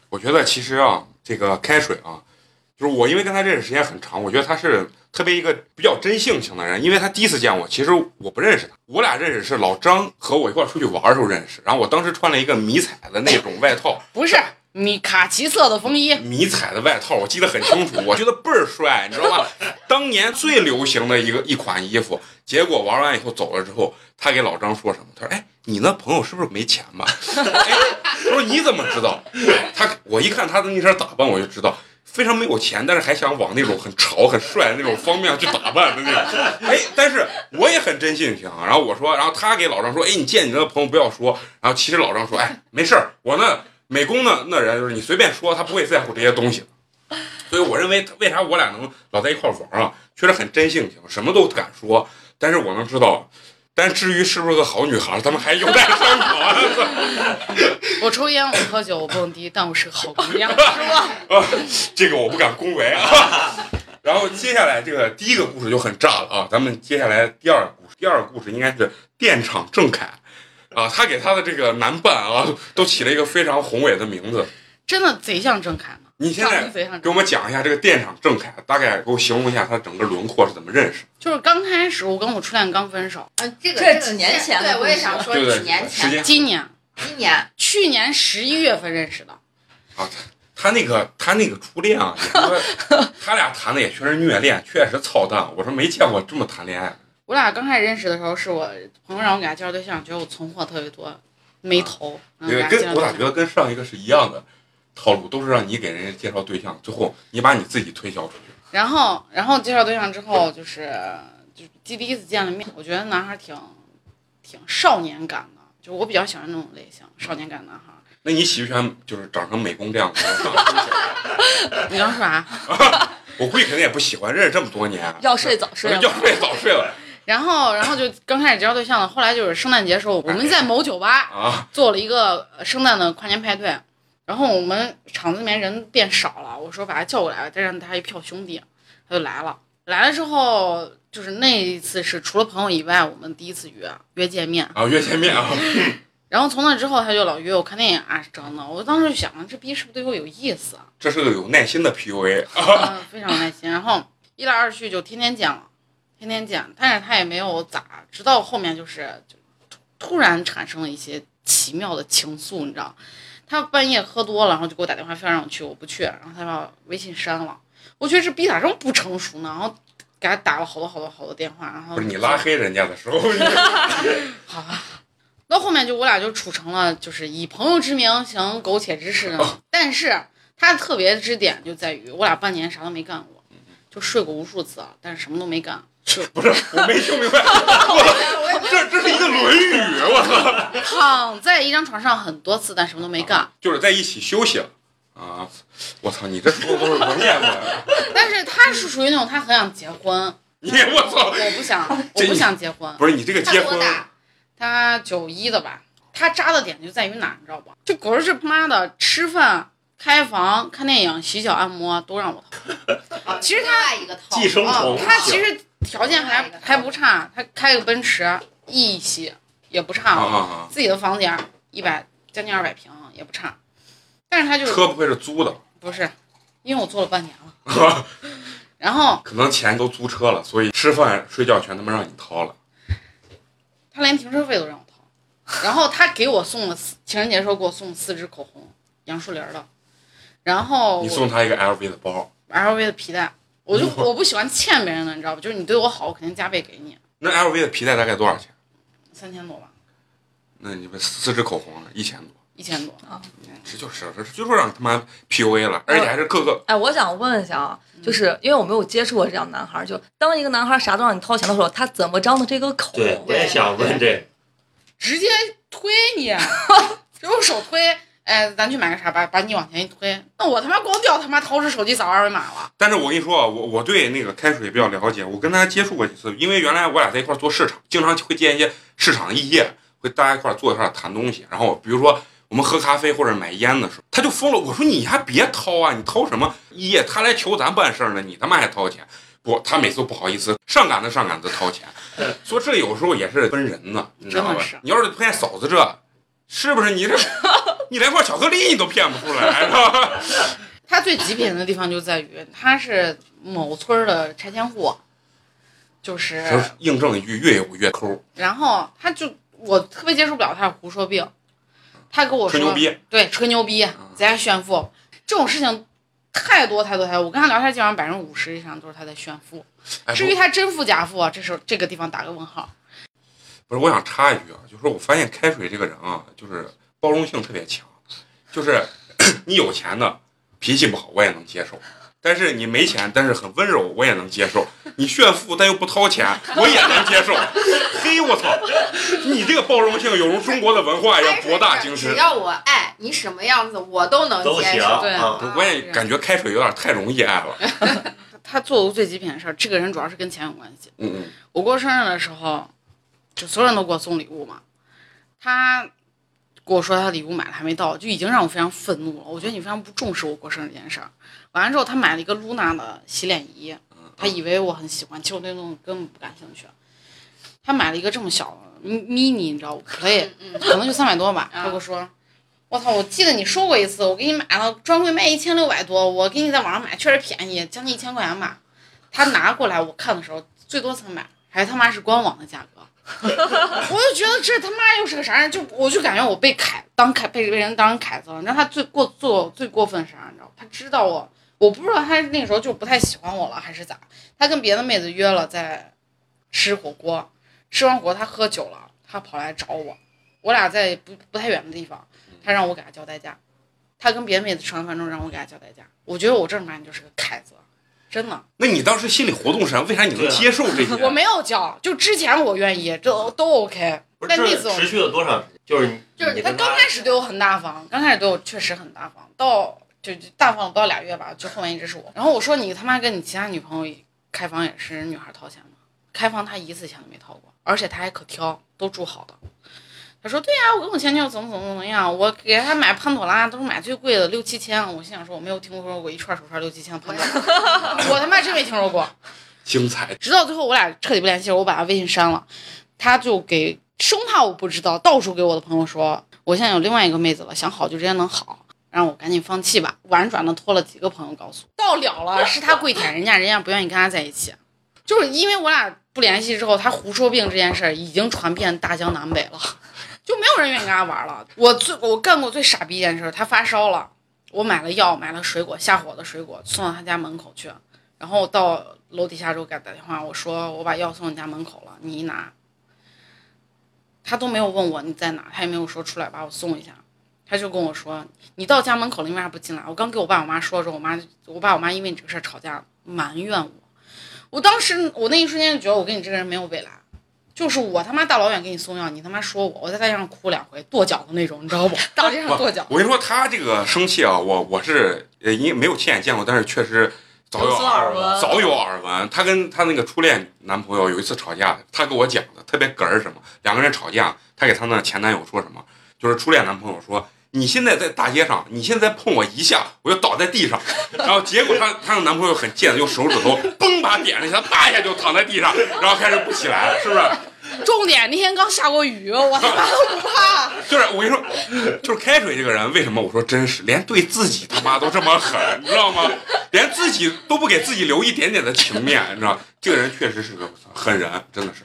Speaker 1: 我觉得其实啊，这个开水啊，就是我因为跟他认识时间很长，我觉得他是特别一个比较真性情的人。因为他第一次见我，其实我不认识他，我俩认识是老张和我一块儿出去玩儿的时候认识。然后我当时穿了一个迷彩的那种外套，
Speaker 6: 不是米卡其色的风衣，
Speaker 1: 迷彩的外套，我记得很清楚，我觉得倍儿帅，你知道吧？当年最流行的一个一款衣服。结果玩完以后走了之后，他给老张说什么？他说：“哎，你那朋友是不是没钱吧？”哎，他说：“你怎么知道？”他我一看他的那身打扮，我就知道非常没有钱，但是还想往那种很潮、很帅的那种方面去打扮的那种。哎，但是我也很真性情。然后我说，然后他给老张说：“哎，你见你那个朋友不要说。”然后其实老张说：“哎，没事儿，我那美工那那人就是你随便说，他不会在乎这些东西的。”所以我认为，为啥我俩能老在一块儿玩儿啊？确实很真性情，什么都敢说。但是我能知道，但至于是不是个好女孩儿，咱们还有待商啊榷。
Speaker 6: 我抽烟，我喝酒，我蹦迪，但我是个好姑
Speaker 1: [laughs]
Speaker 6: 娘。
Speaker 1: 啊，这个我不敢恭维啊。 [laughs] 然后接下来这个第一个故事就很炸了啊，咱们接下来第二个故事，第二个故事应该是电厂郑恺啊，他给他的这个男伴啊都起了一个非常宏伟的名字。
Speaker 6: 真的贼像郑恺呢，
Speaker 1: 你现
Speaker 6: 长
Speaker 1: 在
Speaker 6: 得贼像郑恺
Speaker 1: 给我们讲一下这个电厂郑恺，大概给我形容一下他整个轮廓是怎么认识的？
Speaker 6: 就是刚开始我跟我初恋刚分手，
Speaker 2: 嗯，这个
Speaker 4: 这是
Speaker 2: 个
Speaker 4: 几年
Speaker 2: 是
Speaker 4: 前的
Speaker 2: 对，我也
Speaker 4: 故事
Speaker 2: 想说
Speaker 1: 对不
Speaker 2: 几
Speaker 1: 对？
Speaker 2: 年
Speaker 1: 时
Speaker 2: 前，
Speaker 1: 间
Speaker 6: 今年
Speaker 2: 今年
Speaker 6: 去年十一月份认识的，
Speaker 1: 啊，他他那个他那个初恋啊，也说他俩谈的也确实虐恋，确实操蛋。我说没见过这么谈恋爱的。
Speaker 6: 我俩刚开始认识的时候，是我朋友让我给他介绍对象，觉得我存货特别多，没头，然后
Speaker 1: 对，
Speaker 6: 给他介
Speaker 1: 跟我
Speaker 6: 绍对
Speaker 1: 咋
Speaker 6: 象
Speaker 1: 觉。得跟上一个是一样的套路，都是让你给人家介绍对象，最后你把你自己推销出去。
Speaker 6: 然后，然后介绍对象之后，就是就是第第一次见了面，我觉得男孩挺挺少年感的，就我比较喜欢那种类型，少年感男孩。
Speaker 1: 那你喜不喜欢就是长成美工这样的？我
Speaker 6: 你刚说啥？
Speaker 1: [laughs]
Speaker 6: [laughs]
Speaker 1: 我估计肯定也不喜欢，认识这么多年，
Speaker 4: 要睡早
Speaker 3: 嗯
Speaker 4: 睡
Speaker 1: 要睡早睡了
Speaker 6: 然后，然后就刚开始介绍对象了。后来就是圣诞节的时候，我们在某酒吧
Speaker 1: 啊！
Speaker 6: 做了一个呃圣诞的跨年派对，然后我们厂子里面人变少了，我说把他叫过来，再让他一票兄弟，他就来了。来了之后，就是那一次是除了朋友以外，我们第一次约约见面。
Speaker 1: 啊，约见面啊，
Speaker 6: 然后从那之后，他就老约我看电影啊整的。我当时就想，这逼是不是对我有意思
Speaker 1: [laughs]
Speaker 6: 啊？
Speaker 1: 这是个有耐心的 PUA
Speaker 6: 嗯非常开心。然后一来二去就天天见了，天天见，但是他也没有咋，直到后面就是就突突然产生了一些奇妙的情愫，你知道？他半夜喝多了，然后就给我打电话，非要让我去，我不去，然后他把我微信删了。我觉得这逼咋这么不成熟呢？然后给他打了好多好多好多电话，然后
Speaker 1: 不是你拉黑人家的时候，你
Speaker 6: 好啊。到后面就我俩就处成了，就是以朋友之名行苟且之事呢。
Speaker 1: [laughs]
Speaker 6: 但是他特别之点就在于，我俩半年啥都没干过，
Speaker 1: 嗯
Speaker 6: 就睡过无数次，啊，但是什么都没干。就
Speaker 1: [laughs] 不是我没听明白，我这这是一个《论语》，我操，
Speaker 6: 躺在一张床上很多次，但什么都没干。
Speaker 1: 就是在一起休息了啊！我操，你这说的都是文言文，
Speaker 6: 但是他是属于那种他很想结婚，
Speaker 1: 你嗯我操，
Speaker 6: 我不想，我
Speaker 1: 这
Speaker 6: 不想结婚。
Speaker 1: 不是你这个
Speaker 2: 他
Speaker 1: 结
Speaker 2: 多
Speaker 1: 婚
Speaker 2: 大？
Speaker 6: 他九一的吧，他渣的点就在于哪儿，你知道吧？就狗日这他妈的吃饭、开房、看电影、洗脚、按摩都让我掏。
Speaker 2: 啊
Speaker 6: 其实他
Speaker 2: 另外一个套
Speaker 5: 寄生虫
Speaker 1: 哦
Speaker 2: 啊
Speaker 6: 他其实条件还还不差，他开个奔驰 E 系也不
Speaker 1: 啊
Speaker 6: 差，
Speaker 1: 啊啊！
Speaker 6: 自己的房间一百将近二百平也不差，但是他就是
Speaker 1: 车不会是租的，
Speaker 6: 不是，因为我做了半年了， [laughs] 然后
Speaker 1: 可能钱都租车了，所以吃饭睡觉全他妈让你掏了。
Speaker 6: 他连停车费都让我掏，然后他给我送了四情人节的时候给我送了四支口红，杨树林儿的，然后
Speaker 1: 你
Speaker 6: 哦我
Speaker 1: 送他一个 LV 的包，
Speaker 6: LV 的皮带，我就我不喜欢欠别人的，你知道吧？就是你对我好，我肯定加倍给你，
Speaker 1: 那 LV 的皮带大概多少钱？
Speaker 6: 三千多吧，
Speaker 1: 那你们四支口红一千多，
Speaker 6: 一千多，
Speaker 1: 这就是这就是让他妈 PUA 了，而且还是各个
Speaker 4: 哎，我想问一下啊，
Speaker 3: 嗯
Speaker 4: 就是因为我没有接触过这样的男孩儿，就当一个男孩儿啥都让你掏钱的时候，他怎么张的这个口？
Speaker 5: 对，我也想问这
Speaker 6: 直接推你，用手推。哎，咱去买个啥吧，把你往前一推，那我他妈光掉他妈掏出手机扫二维码了。
Speaker 1: 但是我跟你说啊，我我对那个开水比较了解，我跟他接触过几次，因为原来我俩在一块儿做市场，经常会见一些市场的异业，会大家一块儿坐一块儿谈东西。然后比如说我们喝咖啡或者买烟的时候，他就疯了，我说你还别掏啊，你掏什么异业？他来求咱办事儿呢，你他妈还掏钱？不，他每次都不好意思，上赶子上赶子掏钱，所以这有时候也是分人呢，你知道吧
Speaker 6: 真的是？
Speaker 1: 你要是碰见嫂子这，是不是
Speaker 6: [laughs]
Speaker 1: 你这你连块巧克力你都骗不出来，是吧？
Speaker 6: 他最极品的地方就在于他是某村儿的拆迁户，就是，
Speaker 1: 就是印证一句，越有越抠，
Speaker 6: 然后他就我特别接受不了他有胡说病，他跟我说
Speaker 1: 吹牛逼。嗯
Speaker 6: 对，吹牛逼，在家炫富，这种事情太多太多太多。我跟他聊天，基本上百分之五十以上都是他在炫富。
Speaker 1: 哎
Speaker 6: 至于他真富假富啊，这时候这个地方打个问号。
Speaker 1: 不是，我想插一句啊，就是我发现开水这个人啊，就是包容性特别强，就是 [coughs] 你有钱的脾气不好我也能接受，但是你没钱但是很温柔我也能接受，你炫富但又不掏钱我也能接受。嘿，我操，你这个包容性有如中国的文化一样博大精
Speaker 2: 只
Speaker 1: 深。
Speaker 2: 要我爱你什么样子，我都能
Speaker 5: 都
Speaker 2: 接
Speaker 5: 行
Speaker 2: 受。
Speaker 6: 对
Speaker 5: 啊。
Speaker 1: 我也感觉开水有点太容易爱了。
Speaker 6: 他做过最极品的事儿，这个人主要是跟钱有关系。
Speaker 1: 嗯嗯，
Speaker 6: 我过生日的时候，就所有人都给我送礼物嘛，他跟我说他礼物买了还没到，就已经让我非常愤怒了。我觉得你非常不重视我过生日这件事儿。完了之后，他买了一个露娜的洗脸仪，
Speaker 1: 嗯
Speaker 6: 他以为我很喜欢，其实我对那种根本不感兴趣。他买了一个这么小的嗯 mini，你知道吗？Play，
Speaker 2: 嗯嗯，
Speaker 6: 可能就三百多吧。
Speaker 2: 啊
Speaker 6: 他跟我说：“我操，我记得你说过一次，我给你买了，专柜卖一千六百多，我给你在网上买确实便宜，将近一千块钱吧。”他拿过来我看的时候，最多三百，还他妈是官网的价格。我就觉得这他妈又是个啥人？就我就感觉我被凯当凯被被人当凯子了。你知道他最过做最过分是啥？你知道吗他知道我，我不知道他那时候就不太喜欢我了还是咋？他跟别的妹子约了在吃火锅，吃完火锅他喝酒了，他跑来找我，我俩在不不太远的地方，他让我给他交代价，他跟别的妹子吃完饭之后让我给他交代价，我觉得我这儿面就是个凯子，真的，
Speaker 1: 那你当时心理活动是啥？为啥你能接受这些？
Speaker 6: 我没有交，就之前我愿意，这都 OK，
Speaker 5: 不是
Speaker 6: 但那
Speaker 5: 这
Speaker 6: 次我
Speaker 5: 持续了多长时间？就是你
Speaker 2: 就是
Speaker 5: 你
Speaker 6: 他
Speaker 5: 跟
Speaker 6: 刚开始对我很大方，刚开始对我确实很大方，到就就大方了不到俩月吧，就后面一直是我。然后我说你他妈跟你其他女朋友开房也是女孩掏钱吗？开房他一次钱都没掏过，而且他还可挑，都住好的。他说对呀、我跟我前女友怎么怎么怎么样，我给他买潘朵拉都是买最贵的六七千，我心想说我没有听说过一串手串六七千的潘朵拉，我他妈真没听说过。
Speaker 1: 精彩，
Speaker 6: 直到最后我俩彻底不联系了，我把他微信删了，他就给生怕我不知道，到处给我的朋友说我现在有另外一个妹子了，想好就直接能好，让我赶紧放弃吧。婉转的托了几个朋友告诉我，到了了是他跪舔人家，人家不愿意跟他在一起，就是因为我俩不联系之后，他胡说病这件事儿已经传遍大江南北了，就没有人愿意跟他玩了。我最我干过最傻逼一件事儿，他发烧了。我买了药，买了水果，下火的水果送到他家门口去，然后到楼底下之后给他打电话，我说我把药送你家门口了，你一拿，他都没有问我你在哪，他也没有说出来把我送一下，他就跟我说你到家门口了，你为啥不进来？我刚给我爸我妈说着，我妈我爸我妈因为你这个事儿吵架了，埋怨我，我当时我那一瞬间就觉得我跟你这个人没有未来。就是我他妈大老远给你送药，你他妈说我，我在大街上哭两回，跺脚的那种，你知道不？ [laughs] 大街上跺脚。
Speaker 1: 我跟你说，他这个生气啊，我我是呃，因为没有亲眼见过，但是确实早有
Speaker 7: 有所
Speaker 4: 啊
Speaker 7: 耳闻
Speaker 1: 早有耳闻。她跟她那个初恋男朋友有一次吵架，她跟我讲的特别哏儿，什么两个人吵架，她给她那前男友说什么，就是初恋男朋友说。你现在在大街上，你现在碰我一下，我就倒在地上。 [laughs] 然后结果她她的男朋友很贱，用手指头嘣把她点了一下，啪一下就躺在地上，然后开始不起来了，是不是？
Speaker 6: 重点那天刚下过雨，我他妈都不怕。
Speaker 1: 就是我跟你说，就是开水这个人，为什么我说真实，连对自己他妈都这么狠，你知道吗？连自己都不给自己留一点点的情面，你知道？这个人确实是个狠人，真的是。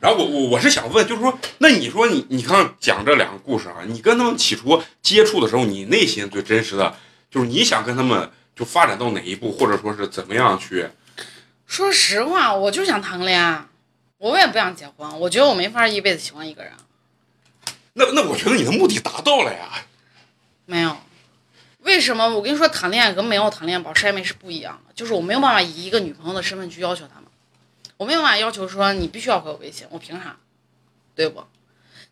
Speaker 1: 然后我我我是想问，就是说，那你说你你看讲这两个故事啊，你跟他们起初接触的时候，你内心最真实的，就是你想跟他们就发展到哪一步，或者说是怎么样去
Speaker 6: 说实话，我就想谈个恋爱，我也不想结婚，我觉得我没法一辈子喜欢一个人。
Speaker 1: 那那我觉得你的目的达到了呀，
Speaker 6: 没有，为什么？我跟你说，谈恋爱跟没有谈恋爱保持暧昧是不一样的，就是我没有办法以一个女朋友的身份去要求他们，我没有办法要求说你必须要回我微信，我凭啥？对不？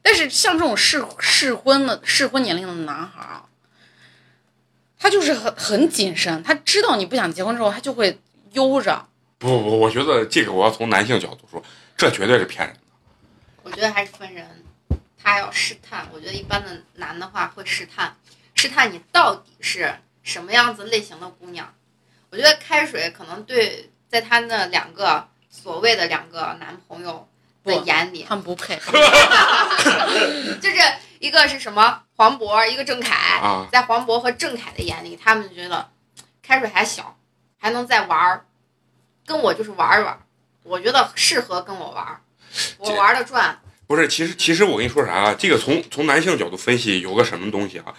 Speaker 6: 但是像这种适适婚的适婚年龄的男孩儿啊，他就是很很谨慎，他知道你不想结婚之后，他就会悠着。
Speaker 1: 不不不，我觉得这个我要从男性角度说，这绝对是骗人。
Speaker 2: 我觉得还是分人，他要试探。我觉得一般的男的话会试探，试探你到底是什么样子类型的姑娘。我觉得开水可能对在他那两个所谓的两个男朋友的
Speaker 6: 不
Speaker 2: 眼里，
Speaker 6: 他们不配，
Speaker 2: 就是一个是什么黄渤，一个郑恺。
Speaker 1: 啊，
Speaker 2: 在黄渤和郑恺的眼里，他们觉得开水还小，还能再玩儿，跟我就是玩儿玩儿。我觉得适合跟我玩儿，我
Speaker 1: 这
Speaker 2: 玩儿得转。
Speaker 1: 不是，其实其实我跟你说啥啊？这个从从男性角度分析，有个什么东西啊？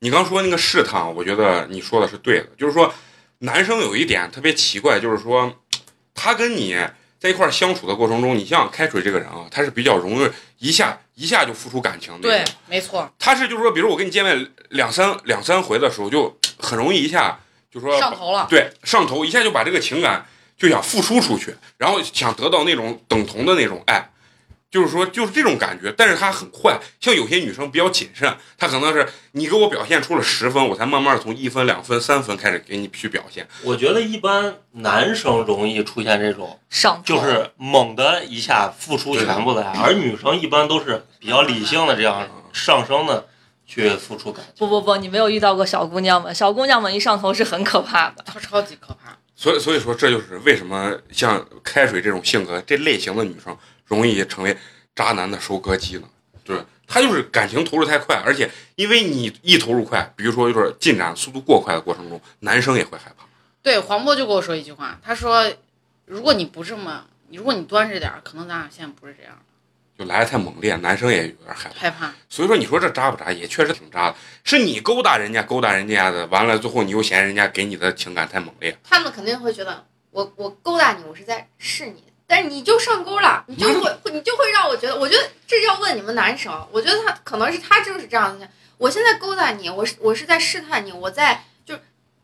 Speaker 1: 你刚说那个试探，啊我觉得你说的是对的，就是说男生有一点特别奇怪，就是说他跟你在一块儿相处的过程中，你像开水这个人啊，他是比较容易一下一下就付出感情的，
Speaker 6: 对，，没错，
Speaker 1: 他是就是说，比如我跟你见面两三两三回的时候，就很容易一下就说
Speaker 6: 上头了。
Speaker 1: 对，上头一下就把这个情感就想付出出去，然后想得到那种等同的那种爱，就是说就是这种感觉。但是她很快，像有些女生比较谨慎，她可能是你给我表现出了十分，我才慢慢地从一分、两分、三分开始给你去表现。
Speaker 3: 我觉得一般男生容易出现这种，
Speaker 4: 嗯
Speaker 7: 上头
Speaker 3: 就是猛的一下付出全部的爱，而女生一般都是比较理性的这样
Speaker 4: 嗯
Speaker 3: 上升的去付出感情。
Speaker 7: 不不不，你没有遇到过小姑娘们，小姑娘们一上头是很可怕的。
Speaker 6: 超超级可怕。
Speaker 1: 所以所以说，这就是为什么像开水这种性格这类型的女生容易成为渣男的收割机呢？就是她就是感情投入太快，而且因为你一投入快，比如说就是进展速度过快的过程中，男生也会害怕。
Speaker 6: 对，黄渤就跟我说一句话，他说：“如果你不这么，如果你端着点儿，可能咱俩现在不是这样，
Speaker 1: 就来的太猛烈，男生也有点害怕。
Speaker 6: 害怕。
Speaker 1: 所以说，你说这渣不渣，也确实挺渣的。是你勾搭人家，勾搭人家的，完了最后你又嫌人家给你的情感太猛烈，
Speaker 2: 他们肯定会觉得我我勾搭你，我是在试你，但是你就上钩了，你就会
Speaker 4: 嗯
Speaker 2: 你就会让我觉得，我觉得这要问你们男生，我觉得他可能是他就是这样的，我现在勾搭你，我是我是在试探你，我在就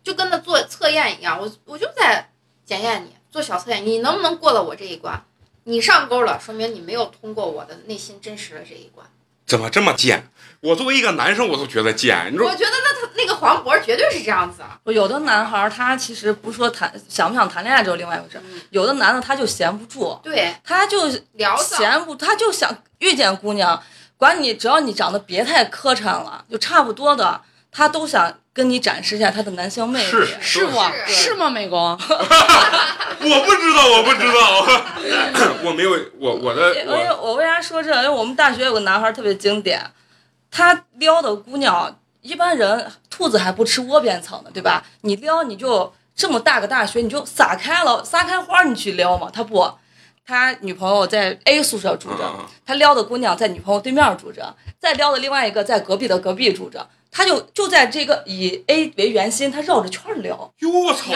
Speaker 2: 就跟他做测验一样，我我就在检验你，做小测验，你能不能过了我这一关？你上钩了，说明你没有通过我的内心真实的这一关。
Speaker 1: 怎么这么贱？我作为一个男生，我都觉得贱。你
Speaker 2: 我
Speaker 1: 说
Speaker 2: 觉得那他那个黄渤绝对是这样子啊，
Speaker 4: 不有的男孩儿他其实不说谈想不想谈恋爱这是另外一回事儿，有的男的他就闲不住，
Speaker 2: 对，
Speaker 4: 他就
Speaker 2: 聊骚，
Speaker 4: 闲不，他就想遇见姑娘，管你只要你长得别太磕碜了，就差不多的，他都想跟你展示一下他的男性魅力。
Speaker 3: 是
Speaker 6: 是我
Speaker 2: 是
Speaker 6: 是吗？美工，
Speaker 1: 我不知道，我不知道， [laughs] 我没有，我我的
Speaker 4: 因为
Speaker 1: 我
Speaker 4: 我为啥说这？因为我们大学有个男孩特别经典，他撩的姑娘，一般人兔子还不吃窝边草呢，对吧？你撩你就这么大个大学，你就撒开了撒开花你去撩嘛，他不。他女朋友在 A 宿舍住着，
Speaker 1: 嗯
Speaker 4: 他撩的姑娘在女朋友对面住着，再撩的另外一个在隔壁的隔壁住着，他就就在这个以 A 为圆心，他绕着圈儿撩。
Speaker 1: 哟，我操，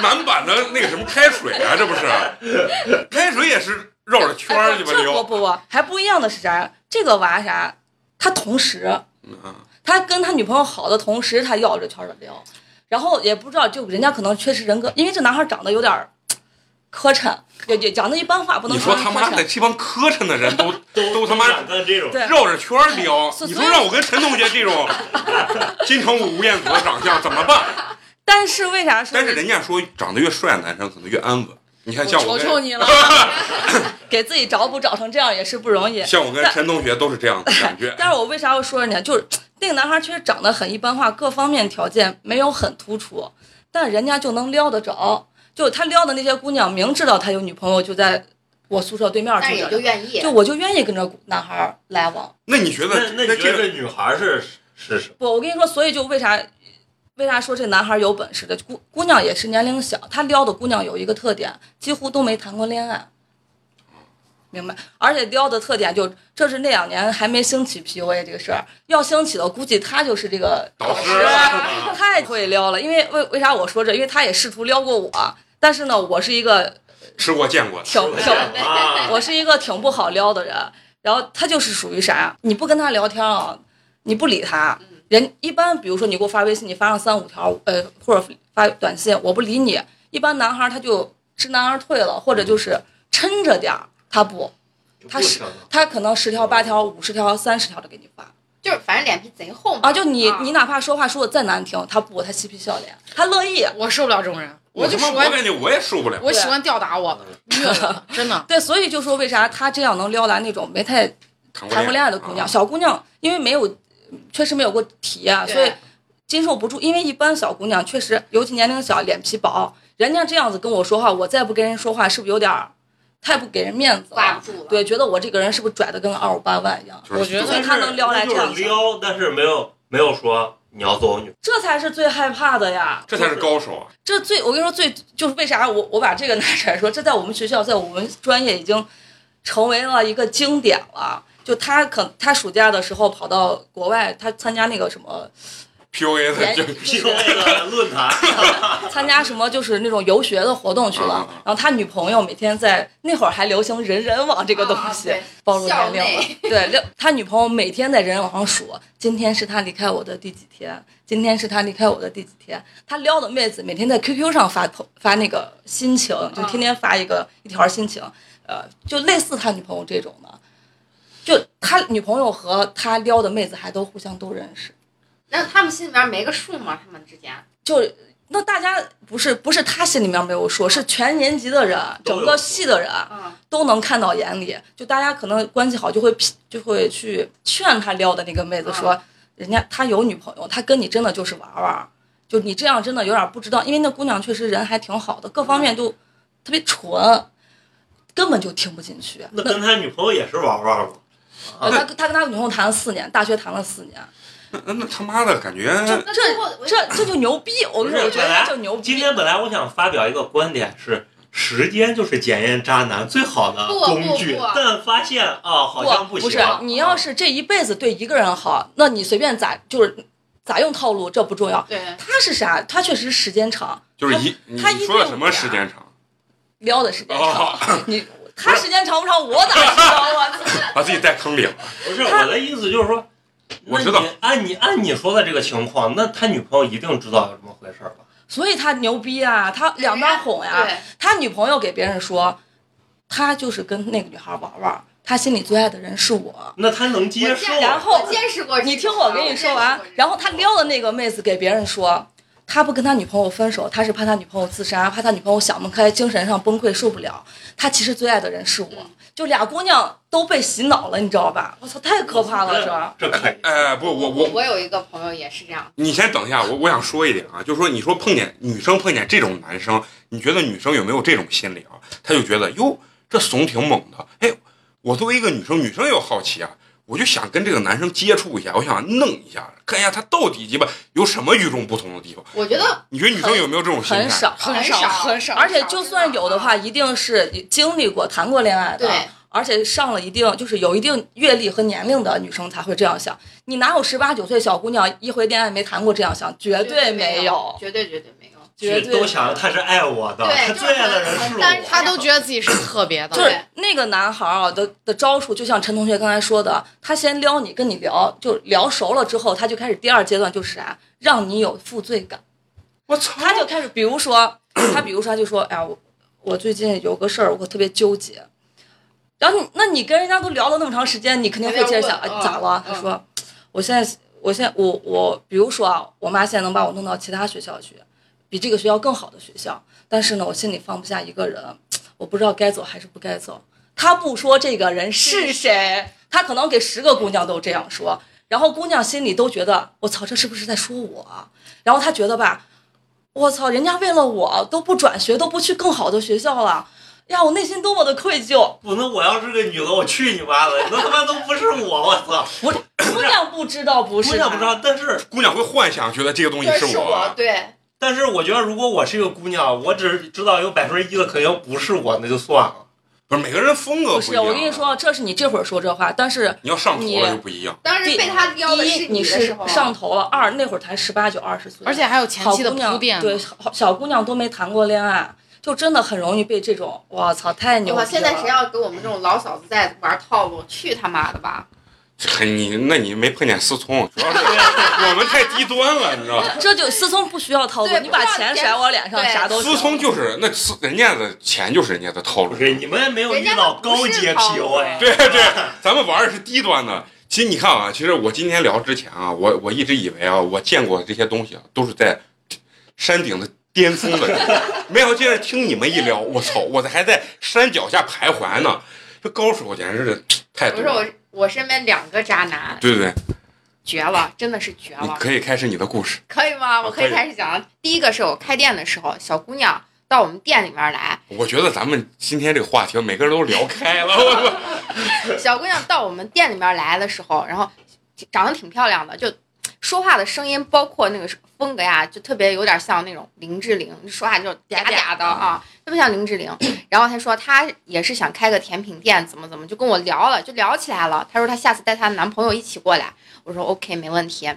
Speaker 1: 男版的那个什么开水啊，这不是？开水也是绕着圈儿去吧
Speaker 4: 哎不这不
Speaker 1: 溜。
Speaker 4: 不不，还不一样的是啥？这个娃啥，他同时
Speaker 1: 嗯
Speaker 4: 他跟他女朋友好的同时，他绕着圈儿的撩，然后也不知道，就人家可能确实人格，因为这男孩长得有点儿磕碜，也也讲的一般话，不能
Speaker 1: 你说
Speaker 4: 人
Speaker 1: 他
Speaker 4: 磕
Speaker 1: 妈
Speaker 4: 碜
Speaker 1: 的，这帮磕碜的人都都他妈
Speaker 5: 敢干这种，
Speaker 4: 对哎
Speaker 1: 绕着圈儿撩，
Speaker 4: 所
Speaker 1: 你
Speaker 4: 所
Speaker 1: 说
Speaker 4: 以
Speaker 1: 让我跟陈同学
Speaker 4: [laughs]
Speaker 1: 这种金城武、吴彦祖的长相怎么办？
Speaker 4: 但是为啥说
Speaker 1: 但是人家说长得越帅的男生可能越安稳。你看像我
Speaker 6: 求求
Speaker 1: 跟
Speaker 6: 你了，
Speaker 4: [laughs] 给自己找补找成这样也是不容易？
Speaker 1: 像我跟陈同学都是这样的感
Speaker 4: [laughs]
Speaker 1: 觉。
Speaker 4: 但是我为啥要说人家？就是嗯那个男孩确实长得很一般化，各方面条件没有很突出，但人家就能撩得着。就他撩的那些姑娘，明知道他有女朋友就在我宿舍对面
Speaker 2: 但
Speaker 4: 住
Speaker 2: 是也
Speaker 4: 着
Speaker 2: 就
Speaker 4: 的，
Speaker 2: 愿意
Speaker 4: 就。我就愿意跟这男孩来往。
Speaker 1: 那你觉
Speaker 5: 那
Speaker 1: 得
Speaker 5: 那你觉
Speaker 1: 这个
Speaker 5: 得这女孩是是什么？
Speaker 4: 不，我跟你说，所以就为啥为啥说这男孩有本事的姑姑娘也是年龄小，他撩的姑娘有一个特点，几乎都没谈过恋爱，明白？而且撩的特点就这是那两年还没兴起 PUA 这个事儿，要兴起的估计他就是这个
Speaker 1: 导师啊
Speaker 4: 他太会撩了。因为为为啥我说这？因为他也试图撩过我，但是呢，我是一个
Speaker 1: 吃过见过的？
Speaker 4: 挺挺
Speaker 5: 啊，
Speaker 4: 我是一个挺不好撩的人，然后他就是属于啥，你不跟他聊天啊，你不理他，
Speaker 2: 嗯
Speaker 4: 人一般，比如说你给我发微信，你发上三五条，呃，或者发短信，我不理你，一般男孩儿他就知难而退了，呃或者就是抻着点儿，他不，他是
Speaker 5: 啊
Speaker 4: 他可能十条、八条、五十条、三十条的给你发
Speaker 2: 就是反正脸皮贼厚嘛。
Speaker 4: 啊，就你
Speaker 2: 啊
Speaker 4: 你哪怕说话说的再难听，他不，他嬉皮笑脸，他乐意。
Speaker 6: [laughs] 我受不了这种人，
Speaker 1: 我
Speaker 6: 就
Speaker 1: 他
Speaker 6: 喜
Speaker 1: 妈我
Speaker 6: 欢
Speaker 1: 感觉我也受不了。
Speaker 6: 我喜欢吊打 [laughs] 我，虐我，真的。
Speaker 4: 对，所以就说为啥他这样能撩来那种没太
Speaker 1: 谈
Speaker 4: 谈过恋爱啊的姑娘，，小姑娘因为没有，确实没有过体验，
Speaker 2: 对
Speaker 4: 所以经受不住。因为一般小姑娘确实，尤其年龄小，脸皮薄，人家这样子跟我说话，我再不跟人说话，是不是有点儿太不给人面子
Speaker 2: 挂
Speaker 4: 了？
Speaker 2: 不住了。
Speaker 4: 对，觉得我这个人是不是拽的跟个二五八万一样？
Speaker 1: 就是
Speaker 6: 我觉得
Speaker 4: 所以他能撩来这样
Speaker 5: 就是
Speaker 4: 子，
Speaker 5: 撩，但是没有没有说你要做
Speaker 3: [laughs]
Speaker 5: 我女，
Speaker 4: 这才是最害怕的呀！
Speaker 1: 这才是高手啊！
Speaker 4: 这最我跟你说最就是为啥我我把这个拿出来说，这在我们学校，在我们专业已经成为了一个经典了。就他可他暑假的时候跑到国外，他参加那个什么
Speaker 1: PUA 的 [laughs]
Speaker 4: 研
Speaker 1: 就
Speaker 5: 听那个论坛，
Speaker 4: [laughs] 参加什么就是那种游学的活动去
Speaker 1: 嗯嗯
Speaker 4: 了
Speaker 1: 嗯。
Speaker 4: 然后他女朋友每天在那会儿还流行人人网这个东西，
Speaker 2: 啊
Speaker 4: 暴露
Speaker 2: 校
Speaker 4: 年龄了。
Speaker 2: 内
Speaker 4: 对，六他女朋友每天在人人网上数，今天是他离开我的第几天，今天是他离开我的第几天。他撩的妹子每天在 QQ 上发头发那个心情，就天
Speaker 2: 嗯
Speaker 4: 天发一个、一条心情，呃，就类似他女朋友这种的。就他女朋友和他撩的妹子还都互相都认识，
Speaker 2: 那他们心里面没个数吗？他们之间
Speaker 4: 就那大家不是不是他心里面没有数，是全年级的人，
Speaker 5: 都
Speaker 4: 整
Speaker 5: 有
Speaker 4: 个系的人
Speaker 2: 啊，
Speaker 4: 都能看到眼里。就大家可能关系好，就会批就会去劝他撩的那个妹
Speaker 5: 嗯
Speaker 4: 子说，人家他有女朋友，他跟你真的就是玩玩儿，就你这样真的有点不知道，因为那姑娘确实人还挺好的，各
Speaker 5: 嗯
Speaker 4: 方面就特别纯。根本就听不进去。
Speaker 5: [laughs] 那跟他女朋友也是玩玩嘛。
Speaker 4: 那他他跟他女朋友谈了四年，大学谈了四年，
Speaker 1: 那那他妈的感觉，
Speaker 2: 那最后我
Speaker 4: 嗯这这就牛逼！我跟你说，我觉得这就牛逼。
Speaker 5: 今天本来我想发表一个观点是，时间就是检验渣男最好的工具，
Speaker 2: 不不不
Speaker 5: 但发现啊、好像
Speaker 4: 不
Speaker 5: 行。啊
Speaker 4: 是你要是这一辈子对一个人好，那你随便咋就是咋用套路，这不重要。
Speaker 2: 对
Speaker 4: 他是啥？他确实时间长，
Speaker 1: 就是一你
Speaker 4: 他一
Speaker 1: 说的
Speaker 4: 六
Speaker 1: 什
Speaker 4: 五
Speaker 1: 么
Speaker 4: 呀
Speaker 1: 时间长？
Speaker 4: 撩的时间长。
Speaker 1: 哦，
Speaker 4: [laughs] 你他时间长不长，我咋知道啊？
Speaker 1: 把自己带坑里了。
Speaker 5: 不是我的意思就是说，
Speaker 1: 我
Speaker 5: 那
Speaker 1: 知道
Speaker 5: 你按你按你说的这个情况，那他女朋友一定知道有什么回事儿吧？
Speaker 4: [laughs] 所以他牛逼啊，他两边哄呀、
Speaker 2: 对，
Speaker 4: 他女朋友给别人说，他就是跟那个女孩玩玩，他心里最爱的人是我。
Speaker 5: 那他能接受？
Speaker 4: 然后
Speaker 2: 我见识过这种啊，
Speaker 4: 你听我跟你说
Speaker 2: 我见识
Speaker 4: 完
Speaker 2: 过这种，
Speaker 4: 然后他撩的那个妹子给别人说，他不跟他女朋友分手，他是怕他女朋友自杀，怕他女朋友想不开，精神上崩溃受不了。他其实最爱的人是我，就俩姑娘都被洗脑了，你知道吧？我操，太可怕了，这
Speaker 5: 这可以。
Speaker 1: 哎，不，我我
Speaker 2: 我有一个朋友也是这样，
Speaker 1: 你先等一下，我我想说一点啊，就说你说碰见女生碰见这种男生，你觉得女生有没有这种心理啊？她就觉得哟，这怂挺猛的，哎，我作为一个女生，女生也有好奇啊，我就想跟这个男生接触一下，我想弄一下，看一下他到底鸡巴有什么与众不同的地方。
Speaker 2: 我觉得
Speaker 1: 你觉得女生有没有这种心
Speaker 4: 很
Speaker 1: 态？
Speaker 4: 少。
Speaker 6: 很
Speaker 2: 少
Speaker 6: 少很少，
Speaker 4: 而且就算有的话，
Speaker 2: 啊
Speaker 4: 一定是经历过、谈过恋
Speaker 1: 啊
Speaker 4: 爱的，
Speaker 2: 对，
Speaker 4: 而且上了一定就是有一定阅历和年龄的女生才会这样想。你哪有十八九岁小姑娘一回恋爱没谈过这样想？绝呃对没
Speaker 2: 有，
Speaker 4: 有，
Speaker 2: 绝对绝对没有。
Speaker 4: 绝对
Speaker 5: 都想着他是爱我的，
Speaker 2: 对
Speaker 5: 他最爱的人是
Speaker 2: 就是很
Speaker 5: 我。
Speaker 6: 他都觉得自己是特别 [clears throat] 的，
Speaker 4: 就是那个男孩儿啊的的招数，就像陈同学刚才说的，他先撩你，跟你聊，就聊熟了之后，他就开始第二阶段就是啥、让你有负罪感。
Speaker 1: 我操！
Speaker 4: 他就开始，比如说，他比如说他就说，哎呀，我我最近有个事儿，我特别纠结。然后你，那你跟人家都聊了那么长时间，你肯定会接着想，
Speaker 2: 肯定要
Speaker 4: 哎，
Speaker 2: 问
Speaker 4: 咋了？
Speaker 2: 嗯
Speaker 4: 他说，我现在，我现在，我我，比如说啊，我妈现在能把我弄到其他学校去，比这个学校更好的学校，但是呢，我心里放不下一个人，我不知道该走还是不该走。他不说这个人是谁，他可能给十个姑娘都这样说，然后姑娘心里都觉得，我操，这是不是在说我啊？然后他觉得吧，我操，人家为了我都不转学，都不去更好的学校了，呀，我内心多么的愧疚。
Speaker 5: 不能，我要是个女的，我去你妈的！那他妈都不是我，我操！
Speaker 4: 我姑娘不知道不
Speaker 5: 不
Speaker 4: 是
Speaker 5: 是
Speaker 4: 他
Speaker 5: 不啊知道，但是
Speaker 1: 姑娘会幻想，觉得这个东西
Speaker 2: 这
Speaker 1: 是
Speaker 2: 是我，对，
Speaker 5: 但是我觉得，如果我是一个姑娘，我只知道有百分之一的可能不是我，那就算了。
Speaker 1: 不是每个人风格
Speaker 4: 不
Speaker 1: 一
Speaker 4: 是。
Speaker 1: 样。啊
Speaker 4: 我跟你，说，这是你这会儿说这话，但是
Speaker 1: 你要上头了
Speaker 4: 你
Speaker 1: 就不一样。
Speaker 2: 当时被他撩的
Speaker 4: 第
Speaker 2: 是
Speaker 4: 一你
Speaker 2: 的时候，
Speaker 4: 上头了，二那会儿才十八九二十岁，
Speaker 6: 而且还有前
Speaker 4: 好
Speaker 6: 期的
Speaker 4: 姑娘
Speaker 6: 铺垫，
Speaker 4: 对，好小姑娘都没谈过恋爱，就真的很容易被这种，我操，太牛逼
Speaker 2: 我
Speaker 4: 了！
Speaker 2: 现在谁要给我们这种老嫂子在玩套路，去他妈的吧！
Speaker 1: 这你那你没碰见思聪，主要是我们太低端了，你知道吧？
Speaker 4: 这就思聪不需要套路
Speaker 2: 对，
Speaker 4: 你
Speaker 2: 不需
Speaker 4: 把
Speaker 2: 要
Speaker 4: 钱
Speaker 2: 钱
Speaker 4: 甩我脸上，
Speaker 2: 对
Speaker 4: 啥都行。
Speaker 1: 思聪就是那思人家的钱就是人家的套路
Speaker 5: 不，是你们没有遇到高阶哎
Speaker 2: 人家那不是
Speaker 1: [laughs]
Speaker 5: PUA，
Speaker 1: 对 [laughs] 对，咱们玩的是低端的。其实你看啊，其实我今天聊之前啊，我我一直以为啊，我见过的这些东西啊，都是在山顶的巅峰的人， [laughs] 没想到今儿听你们一聊，我操，我还在山脚下徘徊呢。这高手简直是太
Speaker 2: 不
Speaker 1: 多
Speaker 2: 是我
Speaker 1: 了。，
Speaker 2: 我身边两个渣男，
Speaker 1: 对对，对
Speaker 2: 绝了，真的是绝
Speaker 1: 你
Speaker 2: 了，
Speaker 1: 可以开始你的故事。
Speaker 2: [laughs] 可以吗？啊我可
Speaker 1: 可
Speaker 2: 以
Speaker 1: 以
Speaker 2: 开始讲了。第一个是我开店的时候，小姑娘到我们店里面来，
Speaker 1: 我觉得咱们今天这个话题，每个人都聊开了。我操 [laughs]
Speaker 2: [laughs] 小姑娘到我们店里面来的时候，然后长得挺漂亮的，就说话的声音，包括那个风格呀，就特别有点像那种林志玲，说话就嗲嗲的啊，特别像林志玲。然后她说她也是想开个甜品店，怎么怎么，就跟我聊了，就聊起来了。她说她下次带她男朋友一起过来，我说 OK 没问题。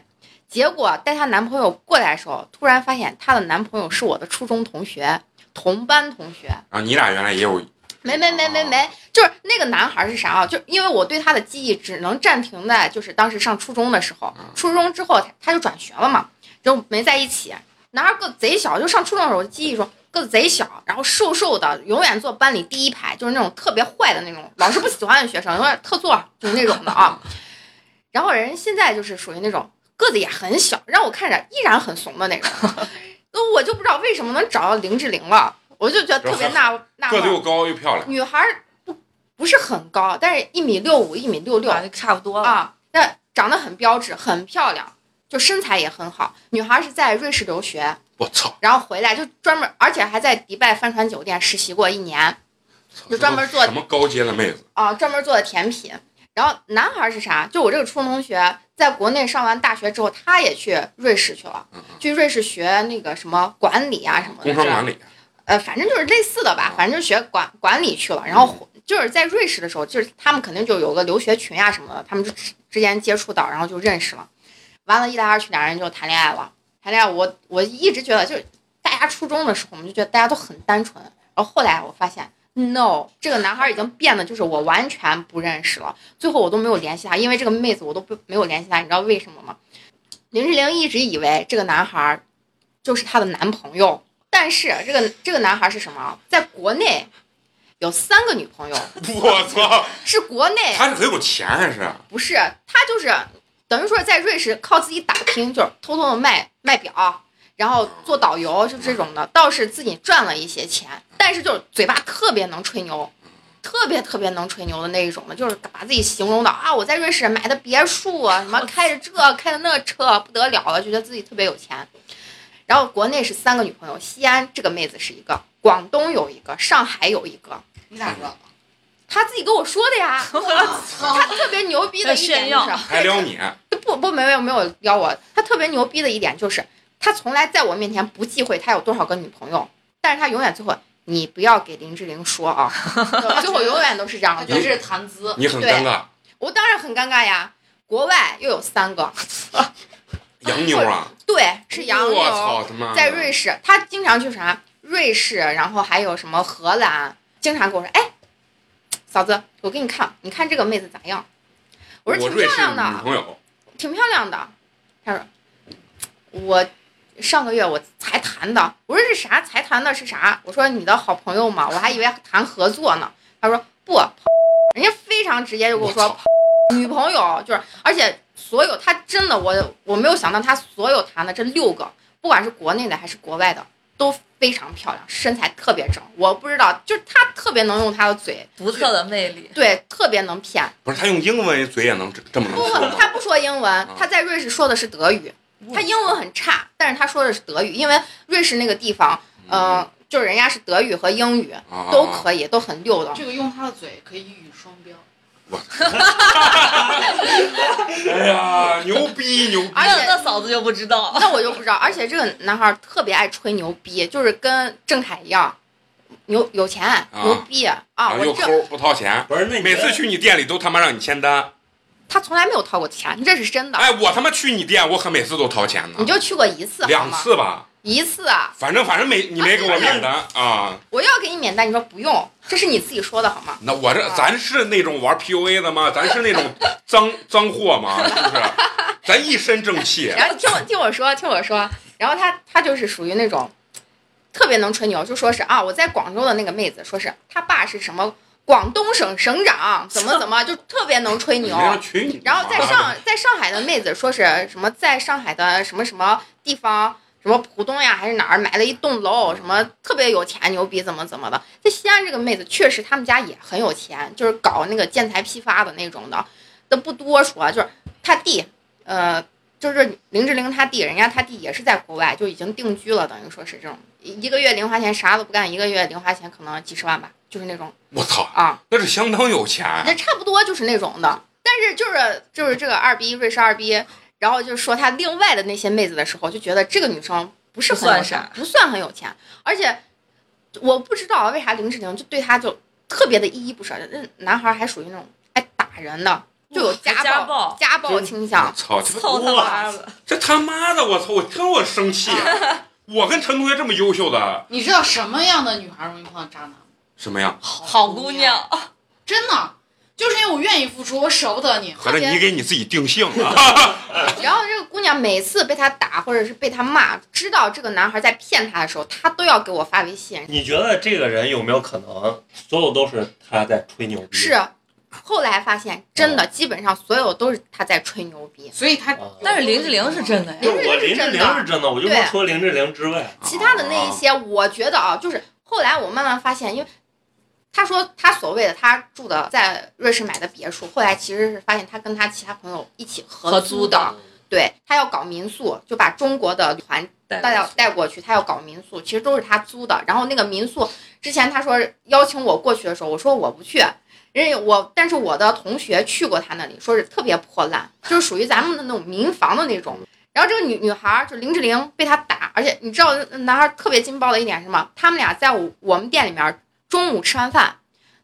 Speaker 2: 结果带她男朋友过来的时候，突然发现她的男朋友是我的初中同学，同班同学。
Speaker 1: 然后你俩原来也有
Speaker 2: 没没没没没，就是那个男孩是啥啊？就是因为我对他的记忆只能暂停在就是当时上初中的时候，初中之后他他就转学了嘛，就没在一起。男孩个子贼小，就上初中的时候记忆中个子贼小，然后瘦瘦的，永远坐班里第一排，就是那种特别坏的那种，老师不喜欢的学生，有点特座就是那种的啊。然后人现在就是属于那种个子也很小，让我看着依然很怂的那种。那我就不知道为什么能找到林志玲了，我就觉得特别纳纳闷
Speaker 1: 个
Speaker 2: 儿
Speaker 1: 子。又高又漂亮，
Speaker 2: 女孩儿不不是很高，但是一米六五、一米六六
Speaker 4: 啊差不多了。
Speaker 2: 啊，那长得很标致，很漂亮，就身材也很好。女孩儿是在瑞士留学，
Speaker 1: 我操！
Speaker 2: 然后回来就专门，而且还在迪拜帆船酒店实习过一年就专门做
Speaker 1: 什么高阶的妹子，
Speaker 2: 啊，专门做的甜品。然后男孩儿是啥？就我这个初中同学，在国内上完大学之后，他也去瑞士去了，
Speaker 1: 嗯嗯
Speaker 2: 去瑞士学那个什么管理啊什么的。
Speaker 1: 工商管理，
Speaker 2: 呃，反正就是类似的吧，反正就是学管管理去了，然后就是在瑞士的时候，就是他们肯定就有个留学群啊什么的，他们就之之间接触到，然后就认识了，完了，一来二去，俩人就谈恋爱了。谈恋爱我，我一直觉得，就是大家初中的时候，我们就觉得大家都很单纯，然后后来我发现，no，这个男孩已经变得就是我完全不认识了，最后我都没有联系他，因为这个妹子我都不没有联系他，你知道为什么吗？林志玲一直以为这个男孩就是她的男朋友。但是这个这个男孩是什么啊？在国内有三个女朋友，
Speaker 1: 我操！
Speaker 2: 是国内
Speaker 1: 他是很有钱还是？
Speaker 2: 不是他就是等于说在瑞士靠自己打拼，就是偷偷的卖卖表，然后做导游就这种的，倒是自己赚了一些钱，但是就是嘴巴特别能吹牛。特别特别能吹牛的那一种的，就是把自己形容到啊，我在瑞士买的别墅啊，什么开着这开着那车，不得了啊了，就觉得自己特别有钱。然后国内是三个女朋友，西安这个妹子是一个，广东有一个，上海有一个，
Speaker 6: 你咋知道？
Speaker 2: 她自己跟我说的呀。她特别牛逼的一点
Speaker 4: 炫
Speaker 2: 就
Speaker 4: 耀
Speaker 2: 是，
Speaker 1: 还撩你，
Speaker 2: 不不没有没有撩我，她特别牛逼的一点就是，她从来在我面前不忌讳她有多少个女朋友，但是她永远最后你不要给林志玲
Speaker 4: [laughs]
Speaker 2: 说啊，最后永远都是这样
Speaker 7: 他
Speaker 2: 的
Speaker 7: 觉。得这是谈资，
Speaker 1: 你很尴尬，
Speaker 2: 我当然很尴尬呀。国外又有三个，
Speaker 1: 洋妞啊！
Speaker 2: 对，是洋
Speaker 1: 我
Speaker 2: 流，
Speaker 1: 操他妈！
Speaker 2: 在瑞士，他经常去啥瑞士，然后还有什么荷兰，经常跟我说，哎，嫂子，我给你看，你看这个妹子咋样？我
Speaker 1: 我
Speaker 2: 说挺
Speaker 1: 瑞
Speaker 2: 漂
Speaker 1: 士
Speaker 2: 亮
Speaker 1: 女
Speaker 2: 的，
Speaker 1: 朋友，
Speaker 2: 挺漂亮的。他说，我上个月我才谈的。我说是啥才谈的？是啥？我说你的好朋友嘛，我还以为谈合作呢。他说不，人家非常直接就跟我说，
Speaker 1: 操
Speaker 2: 女朋友就是，而且所有他真的我我没有想到他所有谈的这六个，不管是国内的还是国外的，都非常漂亮，身材特别正。我不知道，就是他特别能用他的嘴，
Speaker 7: 独特的魅力。
Speaker 2: 对，特别能骗。
Speaker 1: 不是他用英文嘴也能这这么能
Speaker 2: 不
Speaker 1: 说吗？
Speaker 2: 他不说英文，
Speaker 1: 嗯
Speaker 2: 他在瑞士说的是德语，他英文很差，但是他说的是德语，因为瑞士那个地方，
Speaker 1: 嗯
Speaker 2: 呃，就是人家是德语和英语
Speaker 1: 啊
Speaker 2: 都可以，都很溜的。
Speaker 6: 这个用他的嘴可以一语双标。
Speaker 1: 哎呀，牛逼牛逼！
Speaker 2: 而
Speaker 7: 那
Speaker 2: 且
Speaker 7: 那嫂子就不知道，
Speaker 2: 那我就不知道，而且这个男孩特别爱吹牛逼，就是跟郑恺一样，牛有钱牛逼 [laughs] 啊！
Speaker 1: 啊，
Speaker 2: 我
Speaker 1: 又
Speaker 2: 这哎
Speaker 1: 抠不掏钱，
Speaker 5: 不是，那你
Speaker 1: 每次去你店里都他妈让你签单。
Speaker 2: 他从来没有掏过钱，这是真的。
Speaker 1: 哎，我他妈去你店，我可每次都掏钱呢
Speaker 2: 你，就去过一次好
Speaker 1: 两
Speaker 2: 吗？
Speaker 1: 次吧，
Speaker 2: 一次啊！
Speaker 1: 反正反正没你没给我免单啊。
Speaker 2: 我要给你免单，你说不用，这是你自己说的好吗？
Speaker 1: 那我
Speaker 2: 啊
Speaker 1: 这咱是那种玩 PUA 的吗？咱是那
Speaker 2: [laughs]
Speaker 1: 种脏脏货吗？是不是？咱一身正
Speaker 2: [laughs]
Speaker 1: 气，
Speaker 2: 然后听我听我说，听我说，然后他他就是属于那种特别能吹牛，就说是啊，我在广州的那个妹子，说是他爸是什么广东省省长，怎
Speaker 1: [laughs]
Speaker 2: 么怎么，就特别能吹牛。
Speaker 1: 要去你妈的。
Speaker 2: 哦然后在上在上海的妹子说是什么在上海的什么什么地方，什么浦东呀还是哪儿买了一栋楼，什么特别有钱牛逼怎么怎么的。在西安这个妹子确实他们家也很有钱，就是搞那个建材批发的那种的，都不多说，就是他弟，呃。就是林志玲他弟，人家他弟也是在国外就已经定居了，等于说是这种一个月零花钱啥都不干，一个月零花钱可能几十万吧，就是那种
Speaker 1: 我操，
Speaker 2: 啊。
Speaker 1: 那是相当有钱。
Speaker 2: 那差不多就是那种的。但是就是就是这个二逼瑞士二逼，然后就说他另外的那些妹子的时候，就觉得这个女生不是很有
Speaker 7: 不算
Speaker 2: 钱
Speaker 7: 啥，
Speaker 2: 不算很有钱，而且我不知道为啥林志玲就对她就特别的依依不舍。那男孩还属于那种爱打人的， [laughs] 就有家暴
Speaker 7: 家暴
Speaker 2: 家暴倾向。
Speaker 1: 操， [laughs] 这
Speaker 7: 操他妈的！
Speaker 1: 这他妈的，我操，我听我生
Speaker 2: [laughs]
Speaker 1: 气。我跟陈同学这么优秀的，
Speaker 6: 你知道什么样的女孩容易碰到渣男吗？
Speaker 1: 什么呀？
Speaker 7: 好姑娘，
Speaker 6: 真的，就是因为我愿意付出，我舍不得你。
Speaker 1: 合着你给你自己定性啊了。
Speaker 2: [laughs] 然后这个姑娘每次被他打或者是被他骂，知道这个男孩在骗她的时候，她都要给我发微信，
Speaker 5: 哎你觉得这个人有没有可能，所有都是他在吹牛逼？
Speaker 2: 是，
Speaker 7: 嗯
Speaker 2: 后来发现真
Speaker 7: 哦
Speaker 2: 的基本上所有都是他在吹牛逼，
Speaker 6: 所以他
Speaker 5: 啊。
Speaker 7: 但是林志玲是真的呀，
Speaker 5: 就我林志玲是真的，我就不
Speaker 2: 对
Speaker 5: 说林志玲之外，
Speaker 2: [laughs] 其他的那一些我觉得啊，就是后来我慢慢发现，因为他说他所谓的他住的在瑞士买的别墅，后来其实是发现他跟他其他朋友一起合
Speaker 7: 合
Speaker 2: 租
Speaker 7: 租
Speaker 2: 的，对他要搞民宿，就把中国的团带到带过去，他要搞民宿，其实都是他租的。然后那个民宿之前他说邀请我过去的时候，我说我不去，人家我但是我的同学去过他那里，说是特别破烂，就是属于咱们的那种民房的那种。然后这个女女孩儿就林志玲被他打，而且你知道男孩儿特别劲爆的一点是什么？他们俩在我我们店里面中午吃完饭，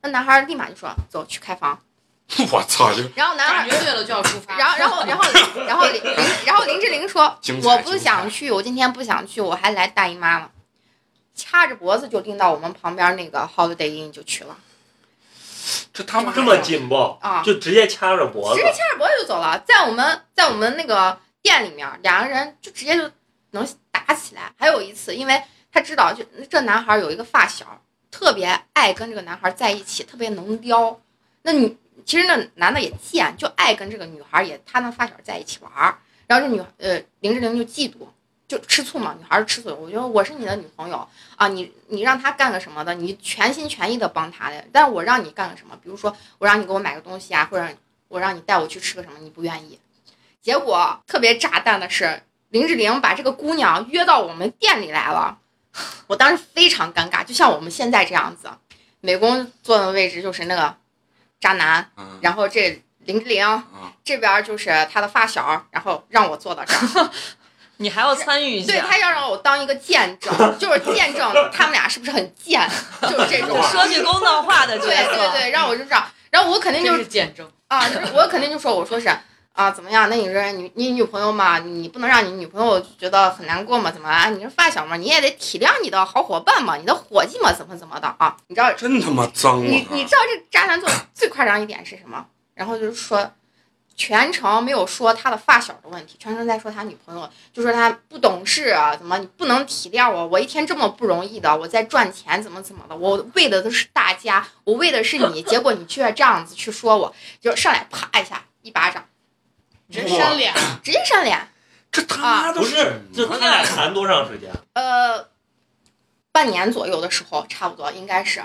Speaker 2: 那男孩儿立马就说走去开房，
Speaker 1: [laughs] 我操，这
Speaker 2: 然后男孩
Speaker 6: 感
Speaker 2: 儿
Speaker 6: 觉对了就要出发。
Speaker 2: 然后，然后，然后，然后林，然后林志玲说
Speaker 1: 精：“彩
Speaker 2: 我
Speaker 1: 精
Speaker 2: 不
Speaker 1: 彩
Speaker 2: 想去，我今天不想去，我还来大姨妈了。”掐着脖子就拎到我们旁边那个 Holiday Inn 就去了，
Speaker 1: 这他妈
Speaker 5: 这么劲爆
Speaker 2: 啊
Speaker 5: 就直接掐着脖
Speaker 2: 直
Speaker 5: 子
Speaker 2: 接，掐着脖子就走了。在我们在我们那个店里面，两个人就直接就能打起来。还有一次，因为他知道就这男孩有一个发小，特别爱跟这个男孩在一起，特别能撩。那女其实那男的也贱，就爱跟这个女孩也他那发小在一起玩儿。然后这女呃林志玲就嫉妒，就吃醋嘛，女孩儿吃醋。我觉得我是你的女朋友啊，你你让她干个什么的，你全心全意的帮她的。但是我让你干个什么，比如说我让你给我买个东西啊，或者我让你带我去吃个什么，你不愿意。结果特别炸弹的是，林志玲把这个姑娘约到我们店里来了， [sighs] 我当时非常尴尬，就像我们现在这样子，美工坐的位置就是那个渣男，
Speaker 1: 嗯，
Speaker 2: 然后这林志玲
Speaker 1: 嗯
Speaker 2: 这边就是她的发小，然后让我坐到这儿。
Speaker 7: 你还要参与一
Speaker 2: 对
Speaker 7: 下，
Speaker 2: 他要让我当一个见证，
Speaker 1: [laughs]
Speaker 2: 就是见证他们俩是不是很贱，就是这种。
Speaker 7: [laughs] 说句公道话的
Speaker 2: 对
Speaker 7: 角色，
Speaker 2: 对对，让我就这样，然后我肯定就
Speaker 6: 真是见证。
Speaker 2: 啊，就是我肯定就说我说是啊，怎么样？那你这你你女朋友嘛，你不能让你女朋友觉得很难过嘛？怎么啊？你是发小嘛，你也得体谅你的好伙伴嘛，你的伙计嘛，怎么怎么的啊？你知道
Speaker 1: 真他妈脏！啊我
Speaker 2: 你
Speaker 1: 靠
Speaker 2: 你知道这渣男做的最夸张一点是什么？然后就是说，全程没有说他的发小的问题，全程在说他女朋友，就说他不懂事啊，怎么你不能体谅我？我一天这么不容易的，我在赚钱，怎么怎么的，我为的都是大家，我为的是你，结果你却这样子去说我，就上来啪一下一巴掌，
Speaker 6: 直接扇脸，
Speaker 2: 直接扇脸，
Speaker 1: 这他
Speaker 2: 啊
Speaker 1: 妈都
Speaker 5: 不是，就他俩谈多长时间？
Speaker 2: 呃，半年左右的时候，差不多应该是，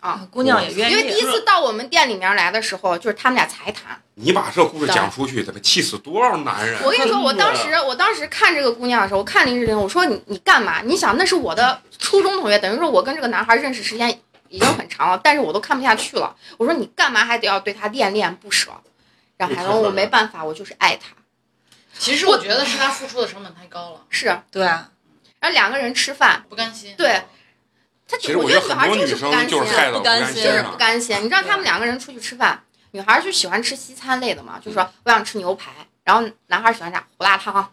Speaker 7: 啊姑娘也愿
Speaker 2: 因为第
Speaker 7: 意。
Speaker 2: 一次到我们店里面来的时候，就是他们俩才谈。
Speaker 1: 你把这故事讲出去，得气死多少男人？啊
Speaker 2: 我跟你说，我当时我当时看这个姑娘的时候，我看林志玲，我说你你干嘛？你想那是我的初中同学，等于说我跟这个男孩认识时间已经很长了，但是我都看不下去了。我说你干嘛还得要对他恋恋不舍？然后海龙，我没办法，我就是爱他。
Speaker 6: 其实我觉得是他付出的成本太高了，
Speaker 2: 是，然
Speaker 7: 对啊，
Speaker 2: 后两个人吃饭，
Speaker 6: 不甘心。
Speaker 5: 啊
Speaker 2: 对他
Speaker 1: 其实
Speaker 2: 我
Speaker 1: 觉得
Speaker 2: 女
Speaker 1: 很
Speaker 2: 孩
Speaker 1: 多
Speaker 2: 真
Speaker 1: 女
Speaker 2: 是不
Speaker 1: 生
Speaker 2: 甘
Speaker 1: 就是
Speaker 2: 心。
Speaker 1: 害到
Speaker 7: 不甘心
Speaker 2: 就是
Speaker 1: 上
Speaker 2: 不甘心。你知啊道他们两个人出去吃饭，女孩儿就喜欢吃西餐类的嘛，就说我想吃牛排，然后男孩儿喜欢啥胡辣汤，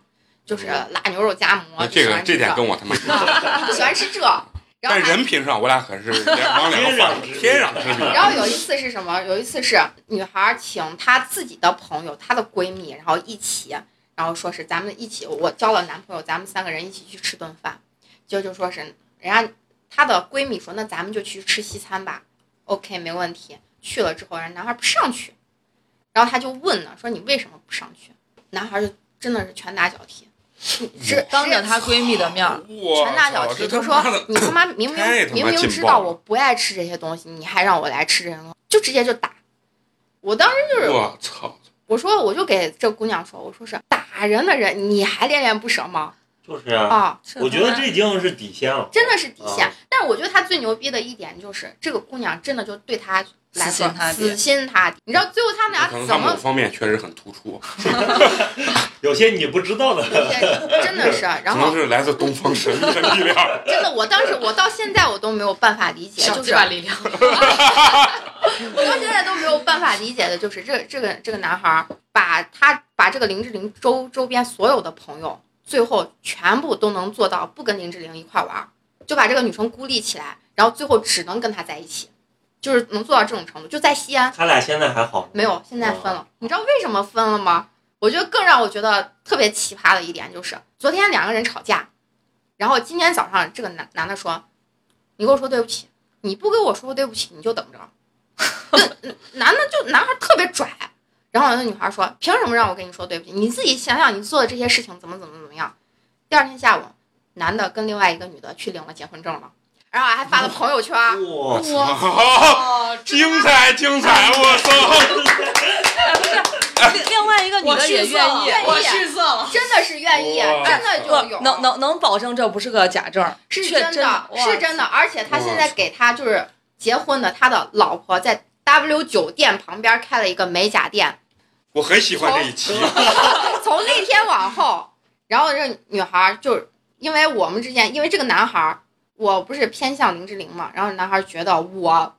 Speaker 2: 就是辣牛肉夹馍，
Speaker 1: 嗯那
Speaker 2: 就
Speaker 1: 这
Speaker 2: 喜
Speaker 1: 个
Speaker 2: 欢吃
Speaker 1: 这点跟我他妈一样，
Speaker 2: 就 [laughs] 喜欢吃这。啊然后
Speaker 1: 但
Speaker 2: 还
Speaker 1: 人品上我俩可是
Speaker 2: [laughs]
Speaker 1: 两往两个方向天壤之别。
Speaker 2: 然后有一次是什么？有一次是女孩儿请她自己的朋友，她的闺蜜，然后一起，然后说是咱们一起，我交了男朋友，咱们三个人一起去吃顿饭。就就说是人家她的闺蜜说，那咱们就去吃西餐吧，OK，没问题。去了之后，人家男孩儿不上去，然后她就问呢，说你为什么不上去？男孩儿就真的是拳打脚踢，是
Speaker 7: 当着她闺蜜的面儿，
Speaker 1: 我
Speaker 2: 拳打脚
Speaker 1: 操这
Speaker 2: 踢，
Speaker 1: 他
Speaker 2: 就说
Speaker 1: 妈的
Speaker 2: 你他妈明
Speaker 1: 太他
Speaker 2: 明
Speaker 1: 妈
Speaker 2: 明
Speaker 1: 劲
Speaker 2: 明知
Speaker 1: 爆
Speaker 2: 道
Speaker 1: 了
Speaker 2: 我不爱吃这些东西，你还让我来吃这些东西，就直接就打。我当时就是
Speaker 1: 我操！
Speaker 2: 我说我就给这姑娘说，我说是打人的人你还恋恋不舍吗？
Speaker 5: 就是
Speaker 1: 嗯
Speaker 5: 呀、
Speaker 2: 啊，
Speaker 5: 我觉得这已经是底线了。
Speaker 2: 真的是底线
Speaker 5: 啊。
Speaker 2: 但我觉得她最牛逼的一点就是这个姑娘真的就对她来
Speaker 7: 死
Speaker 2: 说
Speaker 7: 心塌地
Speaker 2: 死心塌地。你知道最后他们
Speaker 1: 可
Speaker 2: 俩
Speaker 1: 能
Speaker 2: 怎
Speaker 1: 他某
Speaker 2: 么？
Speaker 1: 方面确实很突出，
Speaker 5: 有些你不知道的，
Speaker 2: 真的是，
Speaker 1: 可
Speaker 2: 然
Speaker 1: 能
Speaker 2: 后
Speaker 1: 是来自东方神秘的力量。
Speaker 2: 真的，我当时我到现在我都没有办法理解，
Speaker 6: 小
Speaker 2: 就
Speaker 6: 鸡
Speaker 2: 是
Speaker 6: 巴力量，
Speaker 2: 我到现在都没有办法理解的，就是这这个这个男孩儿把他把这个林志玲周周边所有的朋友，最后全部都能做到不跟林志玲一块玩儿，就把这个女生孤立起来，然后最后只能跟她在一起，就是能做到这种程度。就在西安
Speaker 5: 他俩现在还好。
Speaker 2: 没有，现在分了。你知道为什么分了吗？我觉得更让我觉得特别奇葩的一点就是，昨天两个人吵架，然后今天早上这个男男的说：“你跟我说对不起，你不跟我说对不起，你就等着。” [laughs] 那男的就男孩特别拽，然后那女孩说：“凭什么让我跟你说对不起？你自己想想你做的这些事情怎么怎么怎么样。”第二天下午，男的跟另外一个女的去领了结婚证了，然后还发了朋友圈。
Speaker 5: 哇， [laughs]
Speaker 1: 好，
Speaker 2: 哦
Speaker 1: 精彩精彩！我操！
Speaker 7: 另另外一个女
Speaker 6: 我
Speaker 7: 的也
Speaker 6: 逊色
Speaker 7: 愿
Speaker 6: 了
Speaker 7: 意。，
Speaker 6: 我逊色了。
Speaker 2: 真的是愿意，
Speaker 1: 哇
Speaker 2: 真的就有
Speaker 7: 不，能能能保证这不是个假证，
Speaker 2: 是
Speaker 7: 确
Speaker 2: 真
Speaker 7: 真
Speaker 2: 的，是真的，而且他现在给他就是结婚的他的老婆在 W 酒店旁边开了一个美甲店，
Speaker 1: 我很喜欢这一期，啊
Speaker 2: [laughs] 从那天往后，然后这女孩儿就是因为我们之间，因为这个男孩儿，我不是偏向林志玲嘛，然后男孩儿觉得我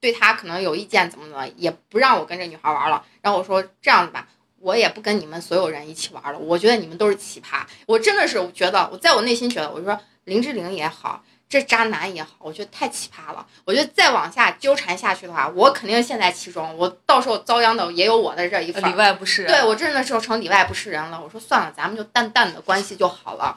Speaker 2: 对他可能有意见，怎么怎么，也不让我跟这女孩儿玩了。然后我说这样子吧，我也不跟你们所有人一起玩了，我觉得你们都是奇葩。我真的是觉得，我在我内心觉得，我就说林志玲也好。这渣男也好，我觉得太奇葩了。我觉得再往下纠缠下去的话，我肯定陷在其中。我到时候遭殃的也有我的这一份儿
Speaker 7: 里。外不
Speaker 4: 啊
Speaker 7: 是。啊
Speaker 2: 对我真的是成里外不是人了。我说算了，咱们就淡淡的关系就好了。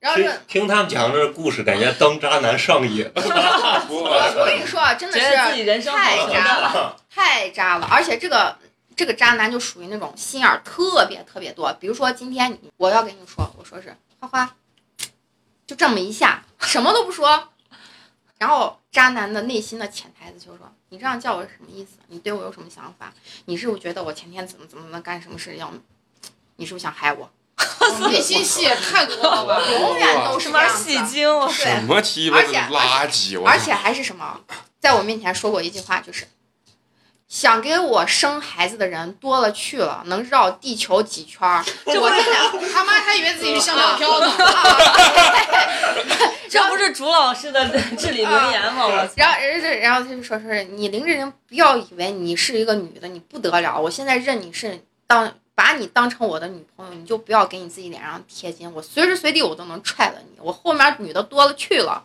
Speaker 2: 然后
Speaker 5: 听
Speaker 2: 这，
Speaker 5: 听他们讲这故事，感觉当渣男上瘾。
Speaker 2: 哦我我
Speaker 1: 我
Speaker 2: 跟你说啊，真的
Speaker 7: 觉得自己
Speaker 2: 是
Speaker 7: 人生
Speaker 2: 太
Speaker 7: 好
Speaker 2: 渣了，太渣了。而且这个这个渣男就属于那种心眼儿特别特别多。比如说今天你我要跟你说，我说是花花，就这么一下，什么都不说。然后渣男的内心的潜台词就是说：“你这样叫我是什么意思？你对我有什么想法？你是不是觉得我前天怎么怎么能干什么事要？你是不是想害我？
Speaker 6: 内心戏也太多了吧？
Speaker 2: 永远都是这
Speaker 7: 玩
Speaker 2: 样子
Speaker 7: 戏精，我
Speaker 2: 哦对
Speaker 1: 什么鸡巴
Speaker 2: 而且
Speaker 1: 垃圾！我
Speaker 2: 而且还是什么，在我面前说过一句话，就是想给我生孩子的人多了去了，能绕地球几圈儿。啊
Speaker 6: 这我真
Speaker 2: [laughs]
Speaker 6: 的，他妈还以为自己是香港漂呢。
Speaker 7: 这不是朱老师的 [laughs] 至理名
Speaker 2: 嗯
Speaker 7: 言吗？我
Speaker 2: 然后，然后，然后他就说是你林志玲，不要以为你是一个女的，你不得了。我现在认你是当把你当成我的女朋友，你就不要给你自己脸上贴金。我随时随地我都能踹了你，我后面女的多了去了，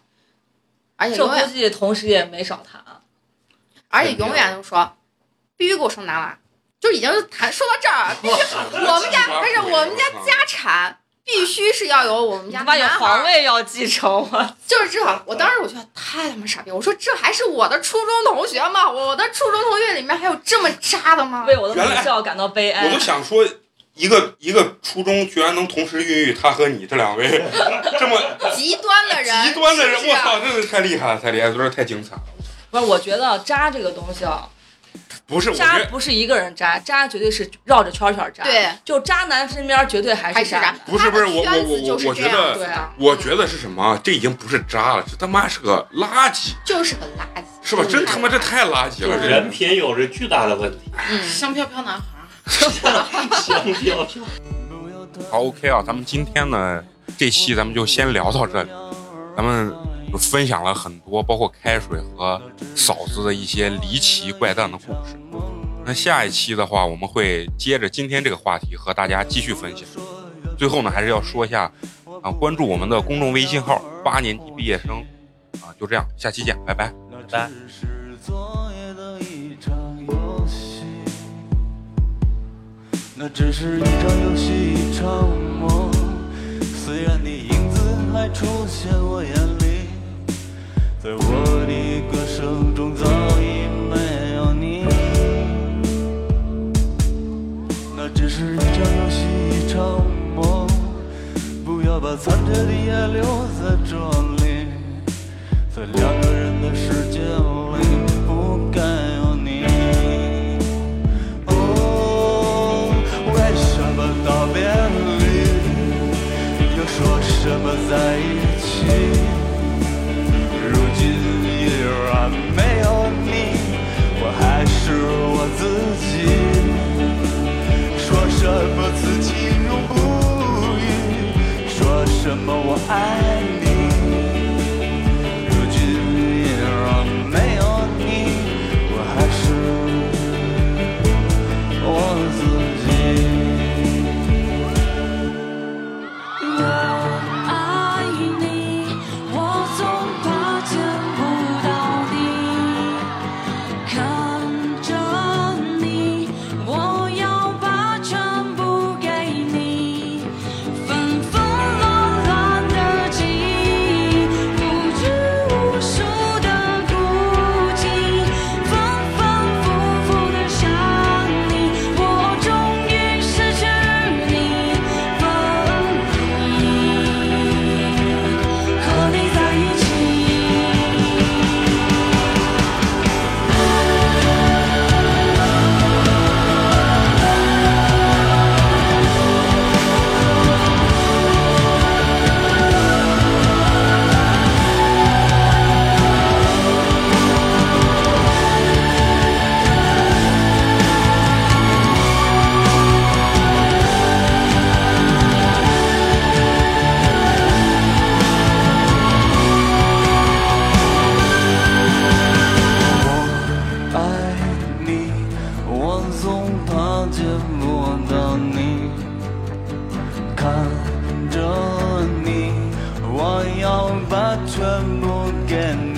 Speaker 2: 而且
Speaker 7: 这
Speaker 2: 哎永远
Speaker 7: 估计同时也没少谈啊。
Speaker 2: 而且永
Speaker 1: 啊
Speaker 2: 远都说必须给我生男娃，就已经是谈说到这儿，必须我们家不是我们家
Speaker 1: 啊
Speaker 2: 家产必须是要有我们
Speaker 7: 你
Speaker 2: 家
Speaker 7: 他妈有
Speaker 2: 男孩
Speaker 7: 皇
Speaker 2: 儿，
Speaker 7: 位要继承啊！
Speaker 2: 就是这。我当时我觉得太他妈傻逼，我说这还是我的初中同学吗？我的初中同学里面还有这么渣的吗？
Speaker 7: [laughs] 为我的
Speaker 1: 原来
Speaker 7: 母校感到悲哀
Speaker 1: 我。都想说，一个一个初中居然能同时孕育他和你这两位 [laughs] 这么
Speaker 2: 极端的人，
Speaker 1: 哎极端的人，
Speaker 2: 是不是啊
Speaker 1: 我操，真的太厉害了，太厉害了，有点太精彩了。
Speaker 4: 不是，我觉得渣这个东西啊，
Speaker 1: 不是，我觉
Speaker 4: 渣
Speaker 1: 得
Speaker 4: 不是一个人渣，渣绝对是绕着圈圈渣。，
Speaker 2: 对，
Speaker 4: 就渣男身边绝对还
Speaker 2: 还
Speaker 4: 是
Speaker 2: 是
Speaker 4: 渣
Speaker 2: 渣
Speaker 4: 男。
Speaker 1: 不是不是，我
Speaker 2: 他
Speaker 1: 我
Speaker 2: 的
Speaker 1: 我
Speaker 2: 圈子
Speaker 1: 我
Speaker 2: 就是
Speaker 1: 我
Speaker 2: 这
Speaker 1: 觉
Speaker 2: 样
Speaker 1: 得，
Speaker 2: 子
Speaker 4: 对
Speaker 2: 的
Speaker 4: 啊，
Speaker 1: 我觉得是什么？这已经不是渣了，这他妈是个垃圾，
Speaker 2: [laughs] 就是个垃圾，
Speaker 1: 是吧？真他妈这太垃圾
Speaker 5: [laughs] 就
Speaker 1: 了，
Speaker 5: 是
Speaker 1: 这
Speaker 5: 人品有着巨大的问 [laughs] 题。
Speaker 2: 嗯，
Speaker 6: 香飘飘男孩儿，
Speaker 5: 香飘飘，
Speaker 1: 好 OK 啊，咱们今天呢这期咱们就先聊到这里，咱们就分享了很多包括开水和嫂子的一些离奇怪诞的故事。那下一期的话，我们会接着今天这个话题和大家继续分享。最后呢，还是要说一下啊，关注我们的公众微信号“八年级毕业生”，啊，就这样，下期见，拜拜。
Speaker 3: 拜拜。
Speaker 8: 只是昨夜的一场游戏，那只是一场游戏，一场梦。虽然你影子还出现我眼里，在我的歌声中早已没有你。那只是一场游戏，一场梦。不要把残缺的夜留在这里。在两个人的世界里，不该有你。哦，为什么道别离，又说什么在一起？如今依然没有你，我还是我自己。说什么此情永不渝，说什么我爱你。如今依然没有你，我还是我自己。我爱你，我总怕见不到你，看着你，我要把全部给你。纷纷乱乱的记忆，不知无数的哭泣，反反复复的想你，我终于失去你，分离，和你在一起。我爱你，我总怕见不到你，看着你，我要把全部给你。